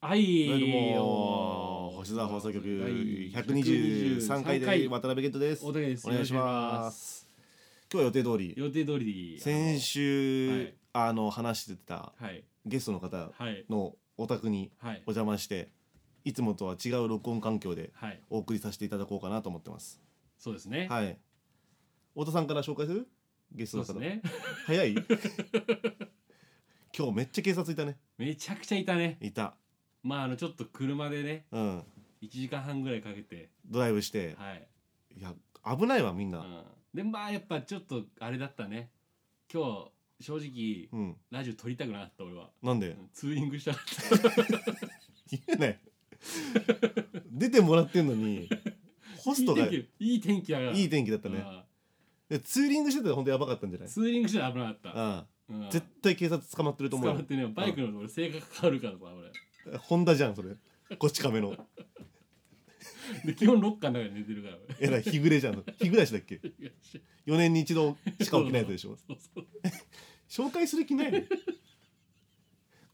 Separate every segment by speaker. Speaker 1: はい
Speaker 2: どう
Speaker 1: よ
Speaker 2: も星沢放送局
Speaker 1: 第
Speaker 2: 123回で
Speaker 1: 回
Speaker 2: 渡辺健人です
Speaker 1: お
Speaker 2: お
Speaker 1: 互いです
Speaker 2: 願いします今日は予定通り
Speaker 1: 予定通り
Speaker 2: 先週
Speaker 1: い
Speaker 2: あの話してた
Speaker 1: あのはい
Speaker 2: ゲストの方
Speaker 1: はい
Speaker 2: のお宅に
Speaker 1: はい
Speaker 2: お邪魔していつもとは違う録音環境で
Speaker 1: はい
Speaker 2: お送りさせていただこうかなと思ってます
Speaker 1: そうですね
Speaker 2: はい太田さんから紹介するゲスト
Speaker 1: そう
Speaker 2: の
Speaker 1: です
Speaker 2: 方
Speaker 1: ね
Speaker 2: 早い今日めっちゃ警察いたね
Speaker 1: めちゃくちゃいたね
Speaker 2: いた
Speaker 1: まああのちょっと車でね
Speaker 2: うん
Speaker 1: 1時間半ぐらいかけて
Speaker 2: ドライブして
Speaker 1: はい、
Speaker 2: いや危ないわみん
Speaker 1: う、
Speaker 2: なん
Speaker 1: でまあやっぱちょっとあれだったね今日正直
Speaker 2: うん
Speaker 1: ラジオ撮りたくなかった俺は
Speaker 2: なんで
Speaker 1: うんツーリングしたかった
Speaker 2: 言えない出てもらってんのにホストが
Speaker 1: いい天気いい天気だから
Speaker 2: いい天気だったね
Speaker 1: あ
Speaker 2: でツーリングしてたら本当やばかったんじゃな
Speaker 1: あ
Speaker 2: い
Speaker 1: ツーリングしたら危なかった
Speaker 2: あ
Speaker 1: うん
Speaker 2: あ絶対警察捕まってると
Speaker 1: 捕
Speaker 2: 思う
Speaker 1: まっ
Speaker 2: よ
Speaker 1: てねバイクの俺性格変わるからさ俺
Speaker 2: ホンダじゃんそれこっち亀の
Speaker 1: で基本ロッカーの中で寝てるから 俺
Speaker 2: えらい日暮れじゃん日暮らしだっけ4年に一度しか起きないやつでしょ
Speaker 1: そうそう
Speaker 2: 紹介する気ないの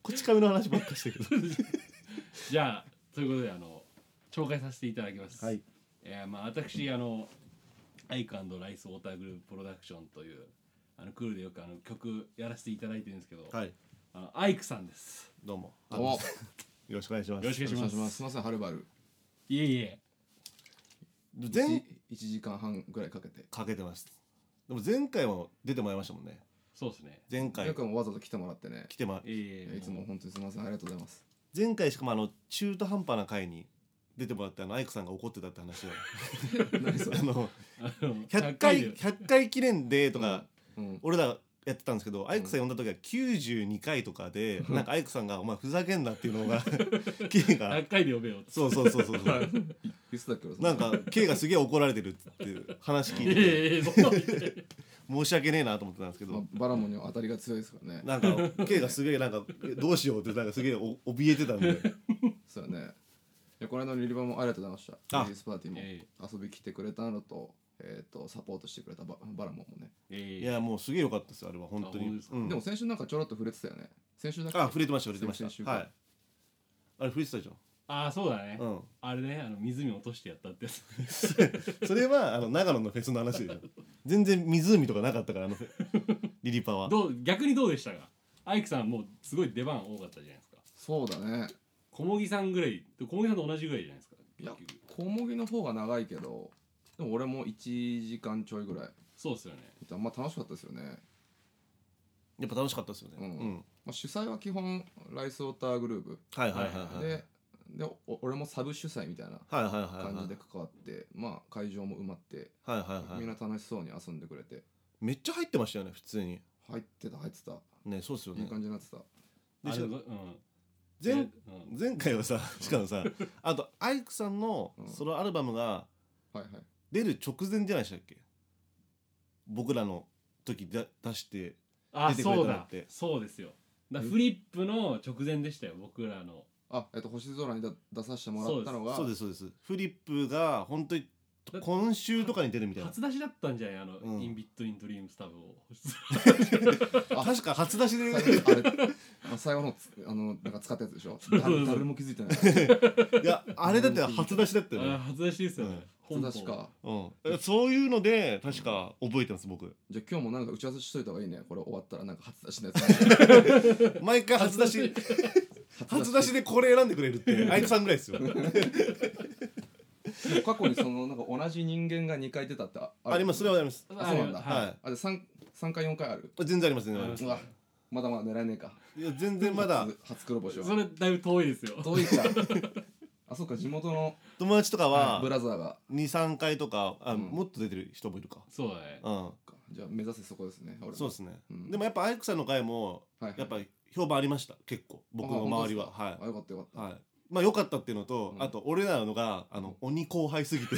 Speaker 2: こっち亀の話ばっかしてるけど
Speaker 1: じゃあということであの紹介させていただきます、
Speaker 2: はい
Speaker 1: えーまあ、私あのアイクライスウォーターグループプロダクションというあのクールでよくあの曲やらせていただいてるんですけど、
Speaker 2: はい
Speaker 1: あのアイクさんです
Speaker 2: どうも
Speaker 3: どうも
Speaker 2: よろしくお願いします
Speaker 1: よろしくお願いします
Speaker 3: お願いしますみませんはるばる
Speaker 1: いえいえ
Speaker 2: 前
Speaker 3: 1時間半ぐらいかけて
Speaker 2: かけてますでも前回も出てもらいましたもんね
Speaker 1: そうですね
Speaker 2: 前
Speaker 3: よ
Speaker 2: 回
Speaker 3: くもわざと来てもらってね
Speaker 2: 来てもら
Speaker 1: いえいえ
Speaker 3: いつも本当にすみませんありがとうございます
Speaker 2: 前回しかもあの中途半端な回に出てもらったあのアイクさんが怒ってたって話を
Speaker 3: 何それ
Speaker 2: あの
Speaker 1: あ の
Speaker 2: 100
Speaker 1: 100
Speaker 2: 回
Speaker 1: で
Speaker 2: 100回記念でとか、
Speaker 3: うん
Speaker 2: 俺らやってたんですけど、アイクさん呼んだ時は92回とかで、なんかアイクさんが「お前ふざけんな」っていうの が K が
Speaker 1: 100回で呼べよって
Speaker 2: そうそうそうそう
Speaker 3: 言ってたっけど
Speaker 2: なんか K がすげえ怒られてるって話聞
Speaker 1: い
Speaker 2: い
Speaker 1: や
Speaker 2: てて
Speaker 1: いやいやそんなこと言ってない
Speaker 2: 申し訳ねえなと思ってたんですけ
Speaker 3: まあ
Speaker 2: ど、
Speaker 3: バラモンには当たりが強いですからね
Speaker 2: なんか K がすげえなんかえどうしようってなんかすげえお怯えてたんで
Speaker 3: そうやねいやこの間のリリバもありがとうございました
Speaker 2: あ
Speaker 3: リリースパーティーも
Speaker 1: え
Speaker 3: 遊び来てくれたのとえっとサポートしてくれたババラモンもね
Speaker 1: ええ
Speaker 2: いやもうすげえ良かったですよあれは本当
Speaker 1: あ本当
Speaker 2: に
Speaker 1: ですか
Speaker 2: うん
Speaker 3: でも先週なんかちょろっと触れてたよね先週だっけ
Speaker 2: あ触れてました触れてま
Speaker 3: 先々
Speaker 2: し
Speaker 3: 週
Speaker 2: た
Speaker 3: か
Speaker 2: はいあれ触れてたじゃ
Speaker 1: ああそうだね、
Speaker 2: んうん
Speaker 1: あれねあの湖落としてやったってやつ
Speaker 2: それはあの長野のフェスの話でしょ全然湖とかなかったからあ のリリパは
Speaker 1: どう逆にどうでしたかアイクさんもうすごい出番多かったじゃないですか
Speaker 3: そうだね
Speaker 1: 小麦さんぐらい小麦さんと同じぐらいじゃないですか
Speaker 3: いや
Speaker 1: 結局
Speaker 3: 小麦の方が長いけどでも俺も1時間ちょいぐらい
Speaker 1: そうですよね
Speaker 3: いたまあ楽しかったですよね
Speaker 2: やっぱ楽しかったですよねう、
Speaker 3: うんんまあ、主催は基本ライスウォーターグループ
Speaker 2: はいはいはいはい
Speaker 3: ででお俺もサブ主催みたいな
Speaker 2: はいはいはいはい
Speaker 3: 感じで関わって、まあ会場も埋まって、
Speaker 2: はいはいはい
Speaker 3: みんな楽しそうに遊んでくれて
Speaker 2: めっちゃ入ってましたよね普通に
Speaker 3: 入ってた入ってた、
Speaker 2: ねそうですよ
Speaker 3: いい
Speaker 2: ね
Speaker 3: 感じになってた
Speaker 2: で
Speaker 1: あ
Speaker 2: し
Speaker 1: れ
Speaker 2: か
Speaker 1: うん
Speaker 2: 前
Speaker 1: えうん
Speaker 2: 前回はさしかもさあとアイクさんの
Speaker 3: うん
Speaker 2: ソロアルバムが
Speaker 3: はいはい
Speaker 2: 出る直前じゃないでしたっけ僕らの時だ出して
Speaker 1: あ
Speaker 2: 出てくれた
Speaker 1: そう
Speaker 2: の
Speaker 1: だ
Speaker 2: って
Speaker 1: そうですよだ
Speaker 3: え
Speaker 1: フリップの直前でしたよ僕らの
Speaker 3: あえっと星空にだ出させてもらったのが
Speaker 2: そうですそうですフリップが本当に今週とかに出るみたいな
Speaker 1: 初出しだったんじゃないあの、
Speaker 2: うん
Speaker 1: インビットインドリームスタブを
Speaker 3: あ
Speaker 2: 確か初出しで
Speaker 3: 最後あれあの最後のつあのなんか使ったやつでしょだ
Speaker 1: そうそう
Speaker 3: 誰も気づいてない
Speaker 2: いやあれだ って初出しだったよ
Speaker 1: あ
Speaker 2: ね、
Speaker 1: 初出しですよね、本邦
Speaker 3: 確か
Speaker 2: うん、そういうので確か覚えてます僕
Speaker 3: じゃあ今日もなんか打ち合わせしといた方がいいねこれ終わったらなんか初出しのやつ
Speaker 2: 毎回初出し 初出しでこれ選んでくれるって あいつさんぐらいですよ
Speaker 3: 過去にそのなんか同じ人間が2回出たってあ
Speaker 2: ありますそれはあります
Speaker 3: あそうなんだ
Speaker 1: あれ
Speaker 2: は
Speaker 3: あれ 3, 三回4回ある
Speaker 2: い全然あります全然ありま
Speaker 1: う
Speaker 2: す
Speaker 1: ん
Speaker 3: うわまだまだ狙えねえか
Speaker 2: いや全然まだ
Speaker 3: 初初黒星
Speaker 1: そ
Speaker 3: は
Speaker 1: れだいぶ遠いですよ
Speaker 3: 遠いかあそうか地元の
Speaker 2: 友達とかは
Speaker 3: ブラザーが
Speaker 2: 23回とかあ、
Speaker 3: うん
Speaker 2: もっと出てる人もいるか
Speaker 1: そうだね
Speaker 2: う
Speaker 3: じゃあ目指せそこですね俺
Speaker 2: ん
Speaker 3: も
Speaker 2: そうですね、
Speaker 3: うん
Speaker 2: でもやっぱアイクさんの回も
Speaker 3: はいはい
Speaker 2: やっぱ評判ありました結構僕の周りは
Speaker 3: あ
Speaker 2: は
Speaker 3: あよかったよ
Speaker 2: い、
Speaker 3: かっ
Speaker 2: はい、まあ良かったっていうのと、
Speaker 3: うん
Speaker 2: あと俺らのがあの鬼後輩すぎて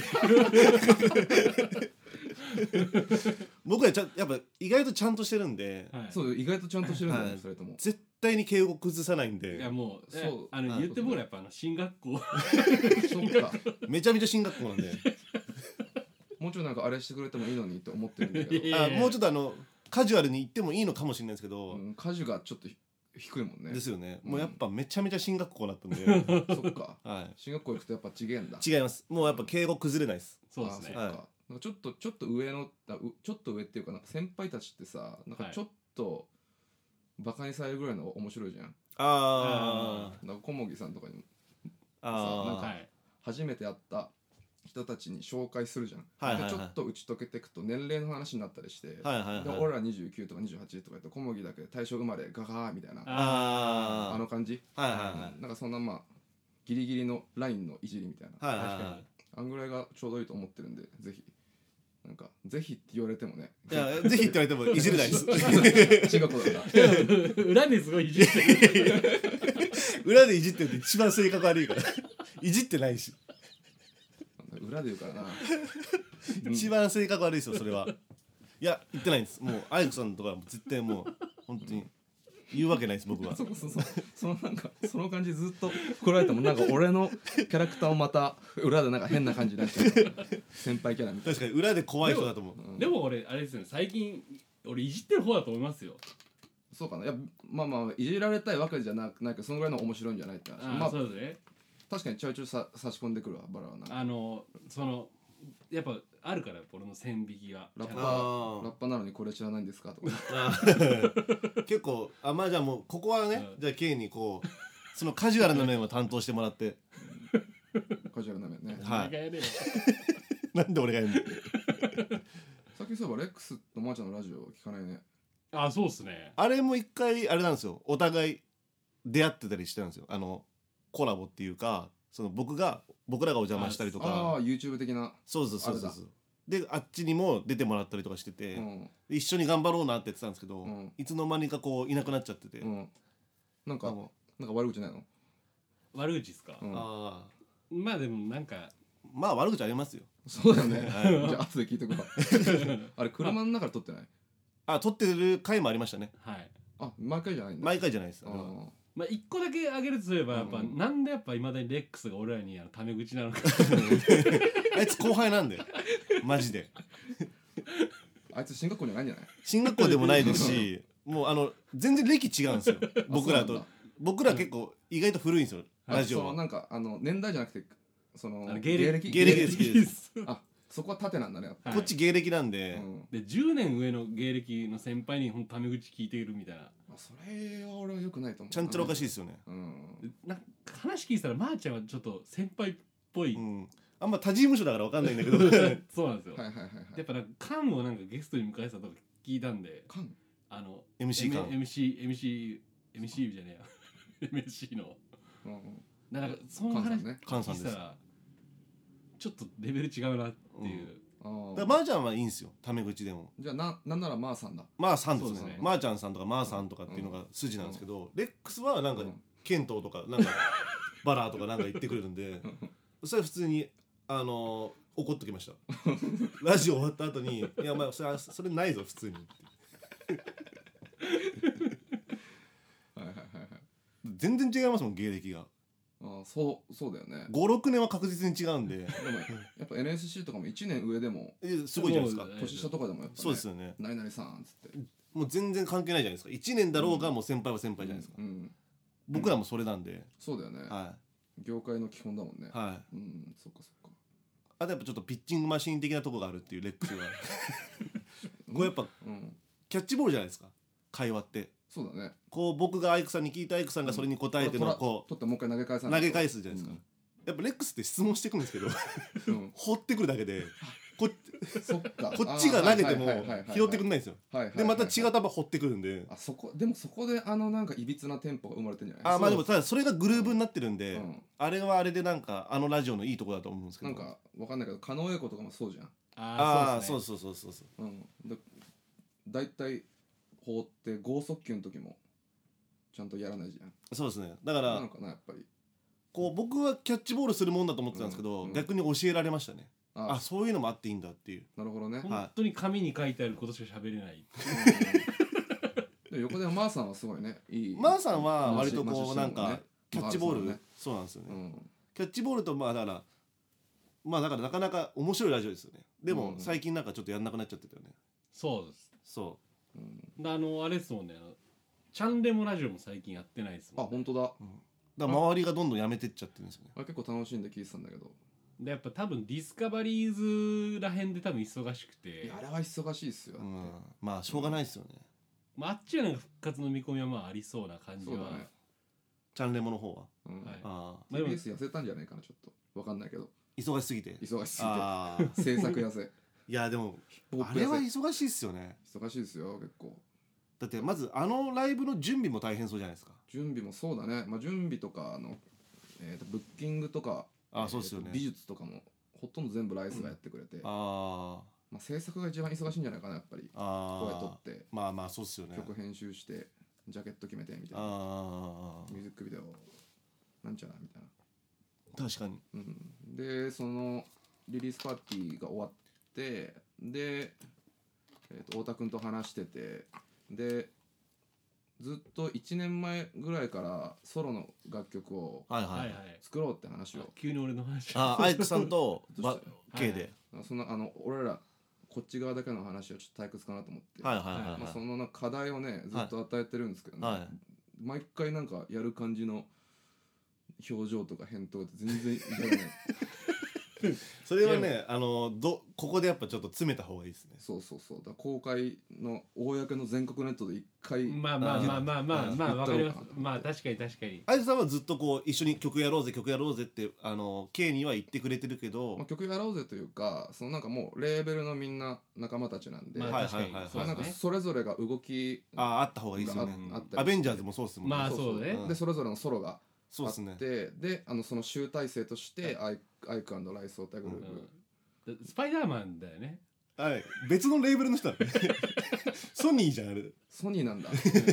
Speaker 2: 僕らちゃんやっぱ意外とちゃんとしてるんで、
Speaker 1: は
Speaker 3: た
Speaker 1: い
Speaker 3: そう意外とちゃんとしてるんだよ
Speaker 2: は
Speaker 3: ね
Speaker 2: い
Speaker 3: それとも
Speaker 2: 絶対に敬語崩さないん
Speaker 1: い
Speaker 2: で
Speaker 1: やもう
Speaker 3: そう
Speaker 1: えあの、
Speaker 2: はい
Speaker 1: 言ってもらやっぱあの進学校
Speaker 3: そっか
Speaker 2: めちゃめちゃ進学校なんで
Speaker 3: もうちょいなんかあれしてくれてもいいのにって思ってるんだ
Speaker 1: いやい
Speaker 3: け
Speaker 1: や
Speaker 3: ど
Speaker 2: あもうちょっとあのカジュアルに行ってもいいのかもしれないですけど、
Speaker 3: うん果樹がちょっと低いもんね
Speaker 2: ですよね、もうやっぱめちゃめちゃ進学校だったんで、
Speaker 3: そっか
Speaker 2: はい、
Speaker 3: 進学校行くとやっぱ違えんだ
Speaker 2: 違いますもうやっぱ敬語崩れないです
Speaker 1: そうですね
Speaker 3: あそっかなんかちょっとちょっと上のあうちょっと上っていうかなんか先輩たちってさなんか
Speaker 1: はい
Speaker 3: ちょっとバカにされるぐらいの面白いじゃん
Speaker 2: あ
Speaker 3: なんか小麦さんとかにも
Speaker 2: ああ
Speaker 1: は
Speaker 2: あ
Speaker 1: い
Speaker 3: 初めて会った人たちに紹介するじゃん、
Speaker 2: はいはいはい
Speaker 3: でちょっと打ち解けていくと年齢の話になったりして、
Speaker 2: はいはい
Speaker 3: で
Speaker 2: はい
Speaker 3: 俺ら29とか28とかやと小麦だけ大正生まれガガーみたいなあ
Speaker 2: ああ
Speaker 3: の感じ、
Speaker 2: はいはいはい
Speaker 3: なんかそんなまあギリギリのラインのいじりみたいな、
Speaker 2: はいはい
Speaker 1: 確
Speaker 2: は
Speaker 1: かに
Speaker 3: あんぐらいがちょうどいいと思ってるんでぜひなんかぜひって言われてもね
Speaker 2: いいやぜひって言われてもいじれないです
Speaker 3: 違うことだな
Speaker 1: 裏ですごいいじってる
Speaker 2: 裏でいじってるって一番性格悪い からいじってないし
Speaker 3: 裏で言うからな
Speaker 2: 一番性格悪いですよそれはいや言ってないんですもうアイクさんとかは絶対もう本当に言うわけないです僕は
Speaker 3: そうそうそうそのなんかその感じずっと来られてもなんか俺のキャラクターをまた裏でなんか変な感じになっちゃう 先輩キャラみたい
Speaker 2: 確かに裏で怖い人だと思う
Speaker 3: な、うん
Speaker 1: でも俺あれですね最近俺いじってる方だと思いますよ
Speaker 3: そうかないやまあまあいじられたいわけじゃなくないけどそのぐらいの面白いんじゃないって話
Speaker 1: あ
Speaker 3: ま
Speaker 1: あ
Speaker 3: あ
Speaker 1: そうですね
Speaker 3: 確かにちょいちょいさ差し込んでくるわバラはなんか
Speaker 1: あのそのやっぱあるから俺の線引きは
Speaker 3: ラッパ
Speaker 1: ちゃんと
Speaker 2: あー
Speaker 3: ーラッパなのにこれ知らないんですかとか
Speaker 2: 結構あまあじゃあもうここはね、
Speaker 1: うん
Speaker 2: じゃあ K にこうそのカジュアルな面を担当してもらって
Speaker 3: カジュアルな面ね
Speaker 2: は
Speaker 1: お願いね
Speaker 2: いなんで俺がやるの
Speaker 3: 最近そういえばレックスとマーちゃんのラジオ聞かないね
Speaker 1: あそうっすね
Speaker 2: あれも一回あれなんですよお互い出会ってたりしてたんですよあのコラボっていうかその僕が僕らがお邪魔したりと
Speaker 3: あ
Speaker 2: か
Speaker 3: あ YouTube 的な、
Speaker 2: そうそうそうそう
Speaker 3: あ
Speaker 2: そうであっちにも出てもらったりとかしてて、
Speaker 3: うん
Speaker 2: で一緒に頑張ろうなって言ってたんですけど、
Speaker 3: うん
Speaker 2: いつの間にかこういなくなっちゃってて、
Speaker 3: うんなん
Speaker 2: あ
Speaker 3: か
Speaker 2: も
Speaker 3: なんか悪口ないの、
Speaker 1: 悪口っすか
Speaker 3: う、
Speaker 2: うんあ
Speaker 1: まあでもなんか
Speaker 2: ーまあ悪口ありますよ
Speaker 3: そうだよ ね。
Speaker 2: は
Speaker 3: じゃあ後で聞いてくわ。あれ車の中で撮ってない。
Speaker 2: あ撮ってる回もありましたね
Speaker 1: はい
Speaker 3: あ毎回じゃないんだ。
Speaker 2: 毎回じゃないです
Speaker 3: あ
Speaker 2: あれは
Speaker 3: ー
Speaker 1: まあ一個だけ挙げるとすればやっぱ、
Speaker 3: うん
Speaker 1: なんでやっぱいまだにレックスが俺らにあのタメ口なのか
Speaker 2: あいつ後輩なんでマジで
Speaker 3: あいつ進学校じゃないんじゃない。
Speaker 2: 進学校でもないですしもうあの全然歴違うんですよ僕ら
Speaker 3: あ
Speaker 2: と
Speaker 3: そうなんだ
Speaker 2: 僕ら結構意外と古いんですよ
Speaker 1: はい
Speaker 2: ラジ
Speaker 3: そ
Speaker 2: オ
Speaker 3: のなんかあの年代じゃなくてその
Speaker 1: あの芸歴
Speaker 2: 芸歴です
Speaker 1: いいっす
Speaker 3: あそこは縦なんだね。やっ ぱ
Speaker 1: はい
Speaker 2: こっち芸歴なん
Speaker 3: う
Speaker 2: で、
Speaker 3: ん。
Speaker 1: で10年上の芸歴の先輩にほんとタメ口聞いてるみたいな
Speaker 3: あそれは俺は良くないと思う。
Speaker 2: ちゃんちゃらおかしい
Speaker 3: い。
Speaker 2: ですよね、
Speaker 3: うん。
Speaker 1: なんか話聞いてたらまー、ちゃんはちょっと先輩っぽい、
Speaker 2: うん、あんま他事務所だからわかんないんだけど は
Speaker 1: そうなんですよ、
Speaker 3: はいはいはいはい。
Speaker 1: やっぱなんかカンをなんかゲストに迎えてたとか聞いたんで
Speaker 3: かん。
Speaker 1: あの
Speaker 2: MC 感
Speaker 1: MC MC MC じゃねえや MC の
Speaker 3: うん
Speaker 1: なんかその
Speaker 3: カンさ
Speaker 1: 話
Speaker 3: んね
Speaker 2: 菅さ
Speaker 1: 聞いて
Speaker 2: んで
Speaker 1: た
Speaker 2: す
Speaker 1: らちょっとレベル違うなっていう、
Speaker 3: うん。あ
Speaker 2: だ
Speaker 3: あ。
Speaker 2: マーちゃんはいいんですよタメ口でも
Speaker 3: じゃあななんならまあさんだ。
Speaker 2: まあさんです
Speaker 1: そう
Speaker 2: ね
Speaker 1: ですね
Speaker 2: まーちゃんさんとかまーさんとかっていうのが筋なんですけど、レックスはなんか、
Speaker 3: うん
Speaker 2: 剣道とか なんかバラーとかなんか言ってくれるんでそれは普通にあのー怒っときま したラジオ終わった後に「いやお前それそれないぞ普通に」
Speaker 3: はいはいはいはい。
Speaker 2: 全然違いますもん芸歴が
Speaker 3: あーそうそうだよね。
Speaker 2: 56年は確実に違うんで
Speaker 3: でもやっぱ NSC とかも一年上でも
Speaker 2: えすごいじゃないですか
Speaker 1: もう
Speaker 3: 年下とかでもやっぱ、ね、
Speaker 2: そうですよね
Speaker 3: 何々さんっつって。
Speaker 2: もう全然関係ないじゃないですか1年だろうがもう先輩は先輩じゃないですか、
Speaker 3: うん。
Speaker 2: 僕らもそれなんで、
Speaker 3: そうだよね、
Speaker 2: は
Speaker 3: 業界の基本だもんね、
Speaker 2: いはい
Speaker 3: うんそっかそっか
Speaker 2: あとやっぱちょっとピッチングマシン的なとこがあるっていうレック スがこれやっぱ
Speaker 3: うん
Speaker 2: キャッチボールじゃないですか会話って
Speaker 3: そうだね
Speaker 2: こう僕がアイクさんに聞いたアイクさんがそれに答えて
Speaker 3: ト
Speaker 2: の
Speaker 3: ラ
Speaker 2: こ
Speaker 3: 取ってもう一回投げ返
Speaker 2: う
Speaker 3: さ
Speaker 2: 投
Speaker 3: ない
Speaker 2: げ
Speaker 3: と
Speaker 2: 返すじゃないですか、やっぱレックスって質問してくるんですけ ど
Speaker 3: うんうん
Speaker 2: 放ってくるだけでこ
Speaker 3: そっか
Speaker 2: こっちが投げても
Speaker 3: あーはいはいはいはい
Speaker 2: 拾ってくんないんですよ
Speaker 3: はいはいはい
Speaker 2: でまた違う球放ってくるんで
Speaker 3: あそこでもそこであのなんかいびつなテンポが生まれてんじゃない
Speaker 2: あーまあでもただそれがグルーヴになってるん
Speaker 3: う
Speaker 2: で
Speaker 3: ん、
Speaker 2: あれはあれでなんかあのラジオのいいとこだと思うんですけ
Speaker 3: な
Speaker 2: ど
Speaker 3: んかわかんないけど狩野英孝とかもそうじゃん、
Speaker 2: あ
Speaker 1: ー
Speaker 2: あそう
Speaker 1: す
Speaker 2: そうそうそうそう
Speaker 3: うん、だだいたい放って剛速球の時もちゃんとやらないじゃん
Speaker 2: そうですねだか
Speaker 3: な
Speaker 2: ら
Speaker 3: のかなやっぱり
Speaker 2: こう僕はキャッチボールするもんだと思ってたんですけど、
Speaker 3: うんうん
Speaker 2: 逆に教えられましたね
Speaker 3: あ
Speaker 2: あそういうのもあっていいんだっていう
Speaker 3: なるほどね、
Speaker 1: ね本当に紙に書いてあることしか喋れない
Speaker 3: うんで横でもマーさんはすごいねいい
Speaker 2: マーさんは割と
Speaker 3: マシ
Speaker 2: こ
Speaker 3: マ
Speaker 2: う
Speaker 3: シ
Speaker 2: なん
Speaker 3: してるも
Speaker 2: か
Speaker 3: ね
Speaker 2: キャッチボール、
Speaker 3: マーさんはね
Speaker 2: そうなんですよね、
Speaker 3: うん
Speaker 2: キャッチボールとまあだからまあだからなかなか面白いラジオですよねでも
Speaker 3: うん
Speaker 2: 最近なんかちょっとやんなくなっちゃってたよね
Speaker 1: そうです
Speaker 2: そ
Speaker 3: うん
Speaker 1: であのあれですもんねあのチャンレモラジオも最近やってないです
Speaker 3: あ
Speaker 1: もん、
Speaker 3: 本当だ
Speaker 2: だから周りがどんどんやめてっちゃってるんですよね
Speaker 3: あ結構楽しんで聞いてたんだけど
Speaker 1: でやっぱ多分ディスカバリーズらへんで多分忙しく
Speaker 3: い
Speaker 1: て
Speaker 3: やあれは忙しいっすよ、
Speaker 2: うんまあしょうがないですよね
Speaker 1: まあ、あっちはなんか復活の見込みはまあありそうな感じ
Speaker 3: そう
Speaker 1: は、
Speaker 3: だね、
Speaker 2: チャンレモの方は
Speaker 3: うん
Speaker 1: はい
Speaker 2: あ
Speaker 1: まあでも
Speaker 3: TBS 痩せたんじゃないかなちょっとわかんないけど
Speaker 2: あ忙しすぎて
Speaker 3: 忙しす
Speaker 2: ああ
Speaker 3: ぎて制作痩せ
Speaker 2: いやでも
Speaker 3: ポッ
Speaker 2: あ
Speaker 3: プ
Speaker 2: れ
Speaker 3: 痩せ
Speaker 2: は忙しいっすよね
Speaker 3: 忙しいですよ結構
Speaker 2: だってまずあのライブの準備も大変そうじゃないですか
Speaker 3: 準備もそうだね、まあ、準備とかあの、えー、とブッキングとか
Speaker 2: ああそうですよ
Speaker 3: えー
Speaker 2: ね
Speaker 3: と美術とかもほとんど全部ライスがやってくれて、
Speaker 2: あ
Speaker 3: まあ、制作が一番忙しいんじゃないかなやっぱり
Speaker 2: ああ
Speaker 3: 声
Speaker 2: あ
Speaker 3: 取って
Speaker 2: まあまあそうっすよね
Speaker 3: 曲編集してジャケット決めてみたいな
Speaker 2: あ
Speaker 3: ミュージックビデオなんちゃらみたいな、
Speaker 2: あ確かに
Speaker 3: うん、でそのリリースパーティーが終わってで、えー、と太田君と話しててでずっと1年前ぐらいからソロの楽曲を
Speaker 2: はいはい、
Speaker 1: はいはい
Speaker 3: 作ろうって話を
Speaker 1: あ急に俺の話
Speaker 2: ああアイクさん と
Speaker 3: どうし
Speaker 2: バ
Speaker 3: た
Speaker 2: ケイ
Speaker 1: は
Speaker 2: で
Speaker 3: そんなあの俺らこっち側だけの話はちょっと退屈かなと思って、
Speaker 2: はいはいはい
Speaker 1: は
Speaker 3: まあ、そ
Speaker 2: は
Speaker 3: のな課題をねずっと与えてるんですけどね、
Speaker 2: いはい
Speaker 3: 毎回なんかやる感じの表情とか返答って全然 出ない
Speaker 2: それはねあのどここでやっぱちょっと詰めた方がいいですね
Speaker 3: そうそうそうだから公開の公の全国ネットで一回、
Speaker 1: まあまあまあまあまあまあ
Speaker 3: うん
Speaker 1: わかりますまあ確かに確かに
Speaker 2: アイクさんはずっとこう一緒に曲やろうぜ曲やろうぜってあのケイには言ってくれてるけど
Speaker 3: まあ、曲やろうぜというかそのなんかもうレーベルのみんな仲間たちなんで、
Speaker 1: まあ
Speaker 2: はい
Speaker 1: 確かに
Speaker 2: はいはい
Speaker 1: そ
Speaker 3: まあ
Speaker 1: う
Speaker 3: なん
Speaker 1: で
Speaker 3: か
Speaker 1: すね
Speaker 3: それぞれが動き
Speaker 2: あああった方がいいですよね
Speaker 3: がああったり
Speaker 2: アベンジャーズもそうですもんね、
Speaker 1: まあそうだね
Speaker 3: でそれぞれのソロが
Speaker 2: そう
Speaker 3: あ
Speaker 2: で
Speaker 3: っ
Speaker 2: すね
Speaker 3: てであのその集大成としてアイアイクライスオータグループ、
Speaker 1: うんスパイダーマンだよね
Speaker 2: はい別のレーベルの人だね ソニーじゃんあれ
Speaker 3: ソニーなんだ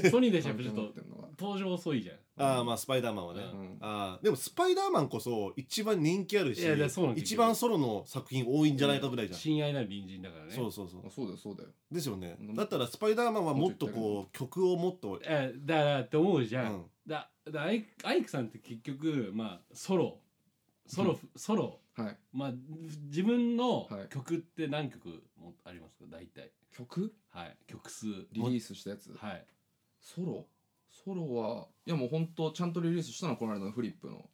Speaker 1: ソニーでしょやっぱちょっ
Speaker 3: 関係持
Speaker 1: と
Speaker 3: ってんのが
Speaker 1: 登場遅いじゃん
Speaker 2: ああまあスパイダーマンはね、
Speaker 3: うん
Speaker 2: ああでもスパイダーマンこそ一番人気ある
Speaker 1: い
Speaker 2: し
Speaker 1: やいやそうなんですよ
Speaker 2: 一番ソロの作品多いんじゃないかぐらいじゃん、
Speaker 1: 親愛なる隣人だからね
Speaker 2: そうそうそう
Speaker 3: あそうだよそうだよ
Speaker 2: ですよね
Speaker 3: うん
Speaker 2: だったらスパイダーマンはもっとこう曲をもっと、
Speaker 1: えだからって思うじ
Speaker 2: う
Speaker 1: ゃん、
Speaker 2: ん、
Speaker 1: だだアイクアイクさんって結局まあソロソロ、ソロ
Speaker 3: はい
Speaker 1: まあ自分の
Speaker 3: はい
Speaker 1: 曲って何曲もありますか大体
Speaker 3: 曲
Speaker 1: はい曲数
Speaker 3: リリースしたやつ
Speaker 1: はい
Speaker 3: ソロソロはいやもう本当ちゃんとリリースしたのはこの間のフリップの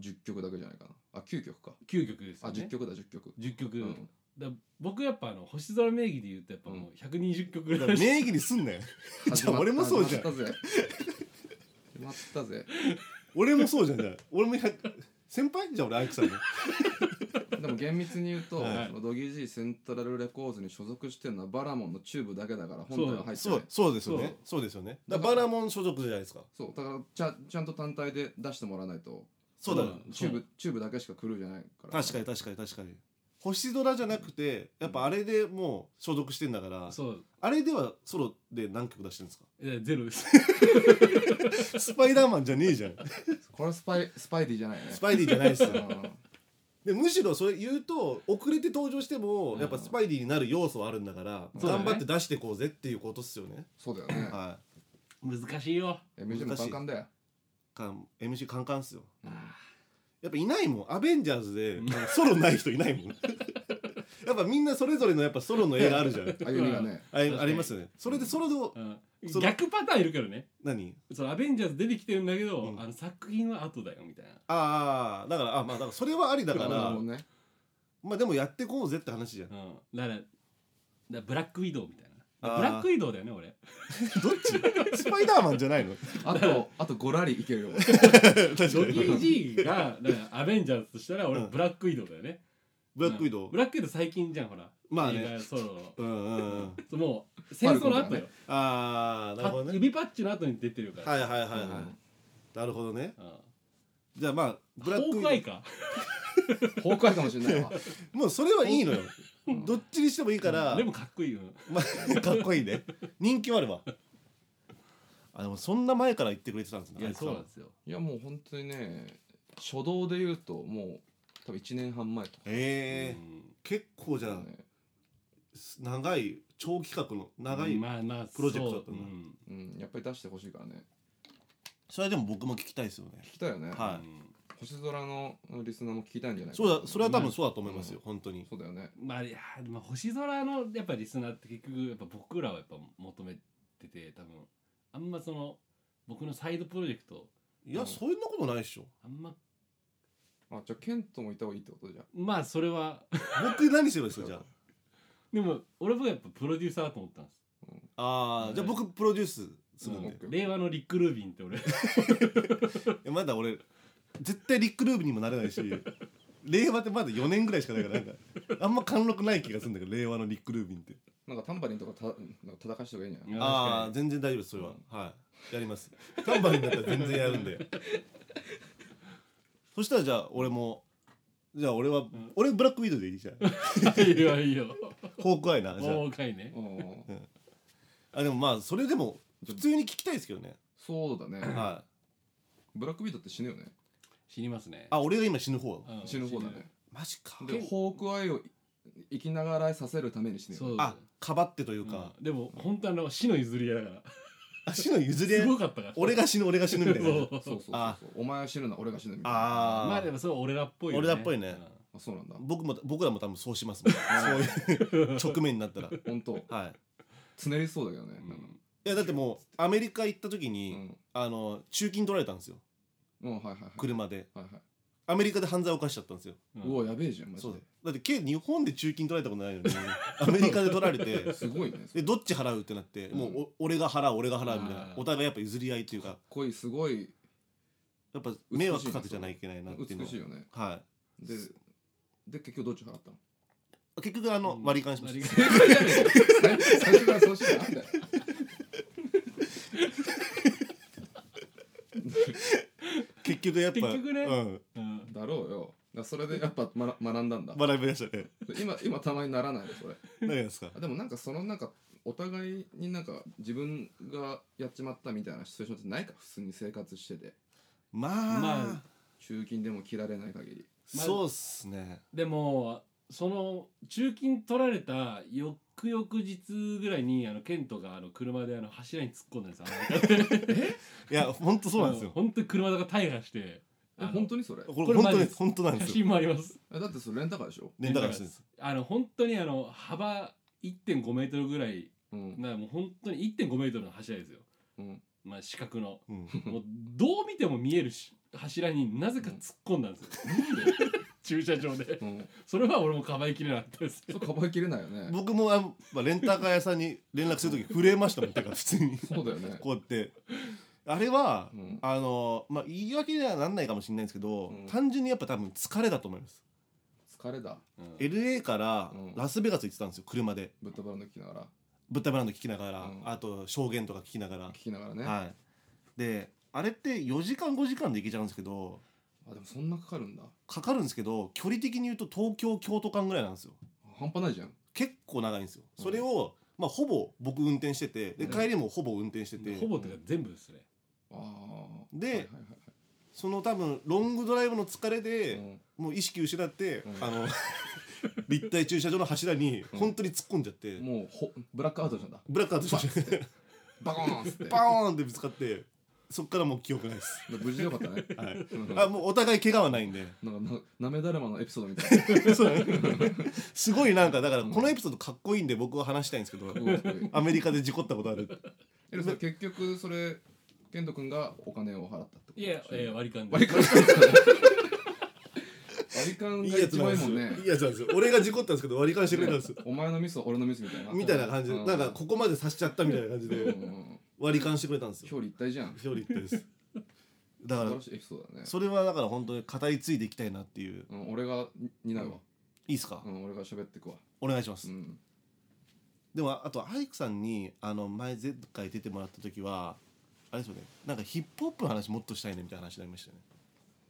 Speaker 3: 10曲だけじゃないかなあ9曲か
Speaker 1: 9曲です
Speaker 3: あ
Speaker 1: よね
Speaker 3: 10曲だ10曲
Speaker 1: 10曲、
Speaker 3: うん
Speaker 1: だ僕やっぱあの星空名義で言うとやっぱもう120曲ぐら
Speaker 2: だ
Speaker 1: い、
Speaker 2: から名義にすんなよ じゃあ俺もそうじゃん
Speaker 3: 始まったぜ始まったぜ
Speaker 2: 俺もそうじゃんじゃあ俺も100先輩じゃあ俺アイクさんに
Speaker 3: でも厳密に言うと、
Speaker 2: はい
Speaker 3: そのドギージーセントラルレコーズに所属してるのはバラモンのチューブだけだから本体は入ってな
Speaker 2: そ
Speaker 3: いう
Speaker 2: そうですよねそうですよねだからバラモン所属じゃないですか
Speaker 3: そうだからちゃちゃんと単体で出してもらわないと
Speaker 2: そうだ、
Speaker 1: そう
Speaker 3: チューブチューブだけしか来るじゃないから
Speaker 2: 確かに確かに確かに星空じゃなくてやっぱあれでもう所属してんだから
Speaker 1: そう
Speaker 2: あれではソロで何曲出してるんですか
Speaker 1: いやゼロです
Speaker 2: スパイダーマンじゃねえじゃん。
Speaker 3: これはスパイスパイディじゃないよね
Speaker 2: スパイディじゃないっすよ。
Speaker 3: うん
Speaker 2: でむしろそれ言うと遅れて登場しても
Speaker 3: ん
Speaker 2: やっぱスパイディになる要素はあるんだから
Speaker 1: そうだね
Speaker 2: 頑張って出していこうぜっていうことっすよね。
Speaker 3: そうだよね
Speaker 2: は
Speaker 1: 難しいよ
Speaker 3: MJ もカンカンだよ
Speaker 2: い。か MC カンカンっすよ。やっぱいないもん。アベンジャーズでなんかソロない人いないもん。 やっぱみんなそれぞれのやっぱソロの映画あるじゃん。
Speaker 3: あゆみがね
Speaker 2: あありますよね。それでソロの
Speaker 1: うん
Speaker 2: その
Speaker 1: 逆パターンいるけどね
Speaker 2: 何？
Speaker 1: そのアベンジャーズ出てきてるんだけど、
Speaker 2: うん
Speaker 1: あの作品は後だよみたいな
Speaker 2: ああだからあまあだからそれはありだか
Speaker 3: バラ
Speaker 2: ら
Speaker 3: モンね
Speaker 2: まあでもやってこうぜって話じゃん。
Speaker 1: うん、だからだからブラックウィドウみたい
Speaker 2: あ
Speaker 1: な
Speaker 2: ー
Speaker 1: ブラックウィドウだよね俺
Speaker 2: どっち？ スパイダーマンじゃないの？
Speaker 3: あとあとゴラリいけるよ
Speaker 2: 確か
Speaker 1: ドキ
Speaker 2: に。
Speaker 1: ー G がだからアベンジャーズとしたら俺
Speaker 2: うん
Speaker 1: ブラックウィドウだよね、
Speaker 2: ブラックウィド
Speaker 1: う
Speaker 2: ウ
Speaker 1: んブ。ラックウィドウ最近じゃんほら
Speaker 2: まあね
Speaker 1: 映画ソロ
Speaker 2: うんうんうん。
Speaker 1: もう戦争の後よ、
Speaker 2: ああなるほど
Speaker 1: パ
Speaker 2: ね。
Speaker 1: 指パッチの後に出てるから、
Speaker 2: はいはいはいはい。
Speaker 3: うん
Speaker 2: なるほどね。
Speaker 1: うん
Speaker 2: じゃあまあブラッ
Speaker 1: 崩
Speaker 2: クウ
Speaker 1: 壊
Speaker 2: ィ
Speaker 1: か
Speaker 3: 崩壊かもしれないわ
Speaker 2: ドもうそれはいいのよ。どっちにしてもいいから。
Speaker 1: でもかっこいいよ
Speaker 2: まあかっこいいね。人気はあれば。あでもそんな前から言ってくれてたんですね。
Speaker 1: いや
Speaker 2: アイク
Speaker 1: そ
Speaker 2: さん
Speaker 1: う
Speaker 2: は
Speaker 1: なんですよ
Speaker 3: いやもう本当にね初動で言うともう多分1年半前とか
Speaker 2: ええ結構じゃあ
Speaker 3: ね
Speaker 2: 長い長期企画の長い。
Speaker 1: まあまあ
Speaker 2: プロジェクトだった
Speaker 1: そ
Speaker 2: な
Speaker 1: ううん
Speaker 3: うんやっぱり出してほしいからね
Speaker 2: それでも僕も聞きたいですよね。
Speaker 3: 聞きたいよね
Speaker 2: はい
Speaker 1: うん
Speaker 3: 星空のリスナーも聞きたいんじゃないか
Speaker 2: そ
Speaker 3: な
Speaker 2: うだそれは多分そうだと思いますよ
Speaker 3: う
Speaker 2: 本当に。
Speaker 3: そうだよね
Speaker 1: まあいやまあ星空のやっぱリスナーって結局やっぱ僕らはやっぱ求めてて多分あんまその僕のサイドプロジェクト
Speaker 2: いや、
Speaker 3: うん
Speaker 2: そんなことないでしょ
Speaker 1: あんま
Speaker 3: あじゃあケントもいた方がいいってことじゃん
Speaker 1: まあそれは
Speaker 2: 僕何すればいいですかじゃあ
Speaker 1: でも俺もやっぱプロデューサーだと思ったんです
Speaker 2: あーじゃあ僕プロデュースするんで、
Speaker 3: うん
Speaker 1: 令和のリック・ルービンって俺
Speaker 2: いやまだ俺絶対リック・ルーブにもなれ ないし令和ってまだ4年ぐらいしかないからなんかあんま貫禄ない気がするんだけど令和のリック・ルービンって
Speaker 3: なんかタンバリンとかたなんか叩かした方がいいんじゃない
Speaker 2: ああー全然大丈夫ですそれは、はいやりますタンバリンだったら全然やるん でそしたらじゃあ俺もじゃあ俺は、
Speaker 1: ん
Speaker 2: 俺ブラックウィードウでいいじゃん
Speaker 1: 確かにいいよいいよ
Speaker 2: ホークアイなじゃ
Speaker 1: 大かいね
Speaker 3: うん
Speaker 2: ああでもまあそれでも普通に聞きたいですけどね
Speaker 3: そうだね
Speaker 2: はい
Speaker 3: ブラックビートって死ぬよね
Speaker 1: 死にますね
Speaker 2: あ俺が今死ぬ方
Speaker 1: うん
Speaker 3: 死ぬ方だね
Speaker 2: マジか
Speaker 3: でホークアイを生きながらえさせるために死ぬよ
Speaker 1: そう
Speaker 2: あかばってとい
Speaker 1: う
Speaker 2: う
Speaker 1: ん
Speaker 2: か、
Speaker 1: でも本当あの死の譲り合いだから
Speaker 2: あ死の譲り合
Speaker 1: す
Speaker 2: い
Speaker 1: ごかったから
Speaker 2: 俺が死ぬ俺が死ぬみた いな
Speaker 1: そう
Speaker 3: そうそうそう
Speaker 2: あ
Speaker 3: そうお前は死ぬな俺が死ぬみたいな
Speaker 2: あー
Speaker 1: まあでもそう俺らっぽいよね
Speaker 2: 俺らっぽいね
Speaker 1: うん
Speaker 3: あそうなんだ
Speaker 2: 僕も僕らも多分そうしますもんそういう局面になったら
Speaker 3: 本当
Speaker 2: はい
Speaker 3: つねりそうだけどね
Speaker 1: うん
Speaker 2: いやだってもうアメリカ行った時
Speaker 3: う
Speaker 2: に、
Speaker 3: ん
Speaker 2: あの中金取られたんですよ
Speaker 3: うんはいはいはい
Speaker 2: 車で
Speaker 3: はいはい
Speaker 2: アメリカで犯罪を犯しちゃったんですよ
Speaker 1: うん
Speaker 3: うわやべえじゃんマジ
Speaker 2: そ
Speaker 3: で
Speaker 2: うだってけ日本で中金取られたことないのにアメリカで取られ て
Speaker 3: すごいねそれ
Speaker 2: でどっち払うってなって、もうお俺が払う俺が払うみたい
Speaker 1: あ
Speaker 2: な
Speaker 1: ー
Speaker 2: お互いやっぱ譲り合いっていう
Speaker 3: か
Speaker 2: か
Speaker 3: っこいいすごい
Speaker 2: やっぱ迷惑かけちゃないといけないなっていうの
Speaker 3: 美
Speaker 2: は
Speaker 3: しいよね
Speaker 2: は
Speaker 3: でで結局どっち払ったの
Speaker 2: い結局あの、
Speaker 1: うん
Speaker 2: 割り勘しま
Speaker 1: 割り
Speaker 2: し
Speaker 1: 勘
Speaker 2: た
Speaker 3: 正解じゃねえか最最初からそうしてなんだよ
Speaker 2: 結局やっぱ
Speaker 1: 結局ね
Speaker 2: うん、
Speaker 1: うん
Speaker 3: だろうよだからそれでやっぱ学学んだんだ
Speaker 2: 学びましたね
Speaker 3: 今今たまにならないのそれ
Speaker 2: 何がですか
Speaker 3: あでもなんかそのなんかお互いになんか自分がやっちまったみたいなシチュエーションってないか普通に生活してて
Speaker 2: まあ、
Speaker 1: まあ
Speaker 3: 中金でも切られない限り
Speaker 1: まあ
Speaker 2: そうっすね
Speaker 1: でもその中金取られた翌々日ぐらいにあのケントがあの車であの柱に突っ込んだんですアメリカで
Speaker 2: いやほんと そうなんですよ
Speaker 1: 本当に車が大破して
Speaker 3: え
Speaker 1: あの
Speaker 3: 本当にそれ
Speaker 2: こ
Speaker 1: こ
Speaker 2: れ
Speaker 1: れ
Speaker 2: 本
Speaker 1: マジ
Speaker 2: 当
Speaker 1: で
Speaker 2: ですす本当なんで
Speaker 1: 写
Speaker 2: すよ
Speaker 1: 真もあります
Speaker 3: えだってそれレンタカーでしょ
Speaker 2: レンタカーしてるんです
Speaker 1: あの本当にあの幅1.5メートルぐらい
Speaker 3: うん
Speaker 1: なもう本当に1.5メートルの柱ですよ
Speaker 3: うん
Speaker 1: まあ四角の
Speaker 2: うん
Speaker 1: もうどう見ても見えるし柱になぜか突っ込んだんですよ、駐車場で
Speaker 3: うん
Speaker 1: それは俺もかばいきれなかったです
Speaker 3: そうかばいきれないよね
Speaker 2: 僕もあの、まあ、レンタカー屋さんに連絡する時震えましたもんだから普通に
Speaker 3: そうだよね
Speaker 2: こうやってあれは、
Speaker 3: うん
Speaker 2: あのまあ言い訳にはなんないかもしれないんですけど、
Speaker 3: うん
Speaker 2: 単純にやっぱ多分疲れだと思います、
Speaker 3: 疲れだ
Speaker 1: うん
Speaker 2: LA から
Speaker 3: うん
Speaker 2: ラスベガス行ってたんですよ車で
Speaker 3: ぶったばら抜きながら
Speaker 2: ブッダブランド聞きながら、
Speaker 3: うん
Speaker 2: あと証言とか聞きながら
Speaker 3: 聞、きながらねあ
Speaker 2: はいであれって4時間5時間で行けちゃうんですけど
Speaker 3: でもそんなかかるんだ
Speaker 2: かかるんですけど距離的に言うと東京京都間ぐらいなんですよ
Speaker 3: 半端ないじゃん
Speaker 2: 結構長いんですよ
Speaker 3: うん
Speaker 2: それを、まあほぼ僕運転しててで
Speaker 3: うん
Speaker 2: 帰りもほぼ運転してて、
Speaker 1: ほぼというか全部ですね
Speaker 3: あー
Speaker 2: で
Speaker 3: はいはいはい
Speaker 2: その多分ロングドライブの疲れ
Speaker 3: はい
Speaker 2: で、
Speaker 3: うん
Speaker 2: もう意識失って、
Speaker 3: うん
Speaker 2: あ の立体駐車場の柱に
Speaker 3: うん
Speaker 2: 本当に突っ込んじゃって、
Speaker 3: もうほブラックアウトじゃんだ
Speaker 2: ブラックアウトしました
Speaker 3: バコーンっつって
Speaker 2: バーンってぶつかってそっからもう記憶ないです、
Speaker 3: 無事でよかったね
Speaker 2: はい、
Speaker 3: うん
Speaker 2: あもうお互い怪我はないん で
Speaker 3: なんかななめだるまのエピソードみた いな
Speaker 2: そうすごいなんかだからこのエピソードかっこいいんで僕は話したいんですけど、
Speaker 3: うんすごい
Speaker 2: アメリカで事故ったことある
Speaker 3: えでもそれ結局それ健人君がお金を払ったってこと
Speaker 1: いや、えー、割り勘で
Speaker 3: 割り勘したんですかね割り勘が一番いいもんね
Speaker 2: いいやつなんですよ俺が事故ったんですけど割り返してくれたんですよ
Speaker 3: お前のミスは俺のミスみたいな
Speaker 2: みたいな感じで
Speaker 3: う
Speaker 2: なんかここまでさしちゃったみたいな感じ
Speaker 3: うんう
Speaker 2: で
Speaker 3: ん
Speaker 2: 割り勘してくれたんです
Speaker 3: 表
Speaker 2: よ
Speaker 3: 裏一体じゃん素
Speaker 2: 表裏一体ですだから
Speaker 3: 晴らしいエピソードだね
Speaker 2: それはだから本当に語り継いでいきたいなっていう
Speaker 3: うん俺がに担うわ
Speaker 2: いいですか、
Speaker 3: うん俺が喋ってくわ
Speaker 2: お願いしま
Speaker 3: う
Speaker 2: す、
Speaker 3: ん
Speaker 2: でもあとアイクさんにあの前前回出てもらった時はあれですよねなんかヒップホップの話もっとしたいねみたいな話になりましたよね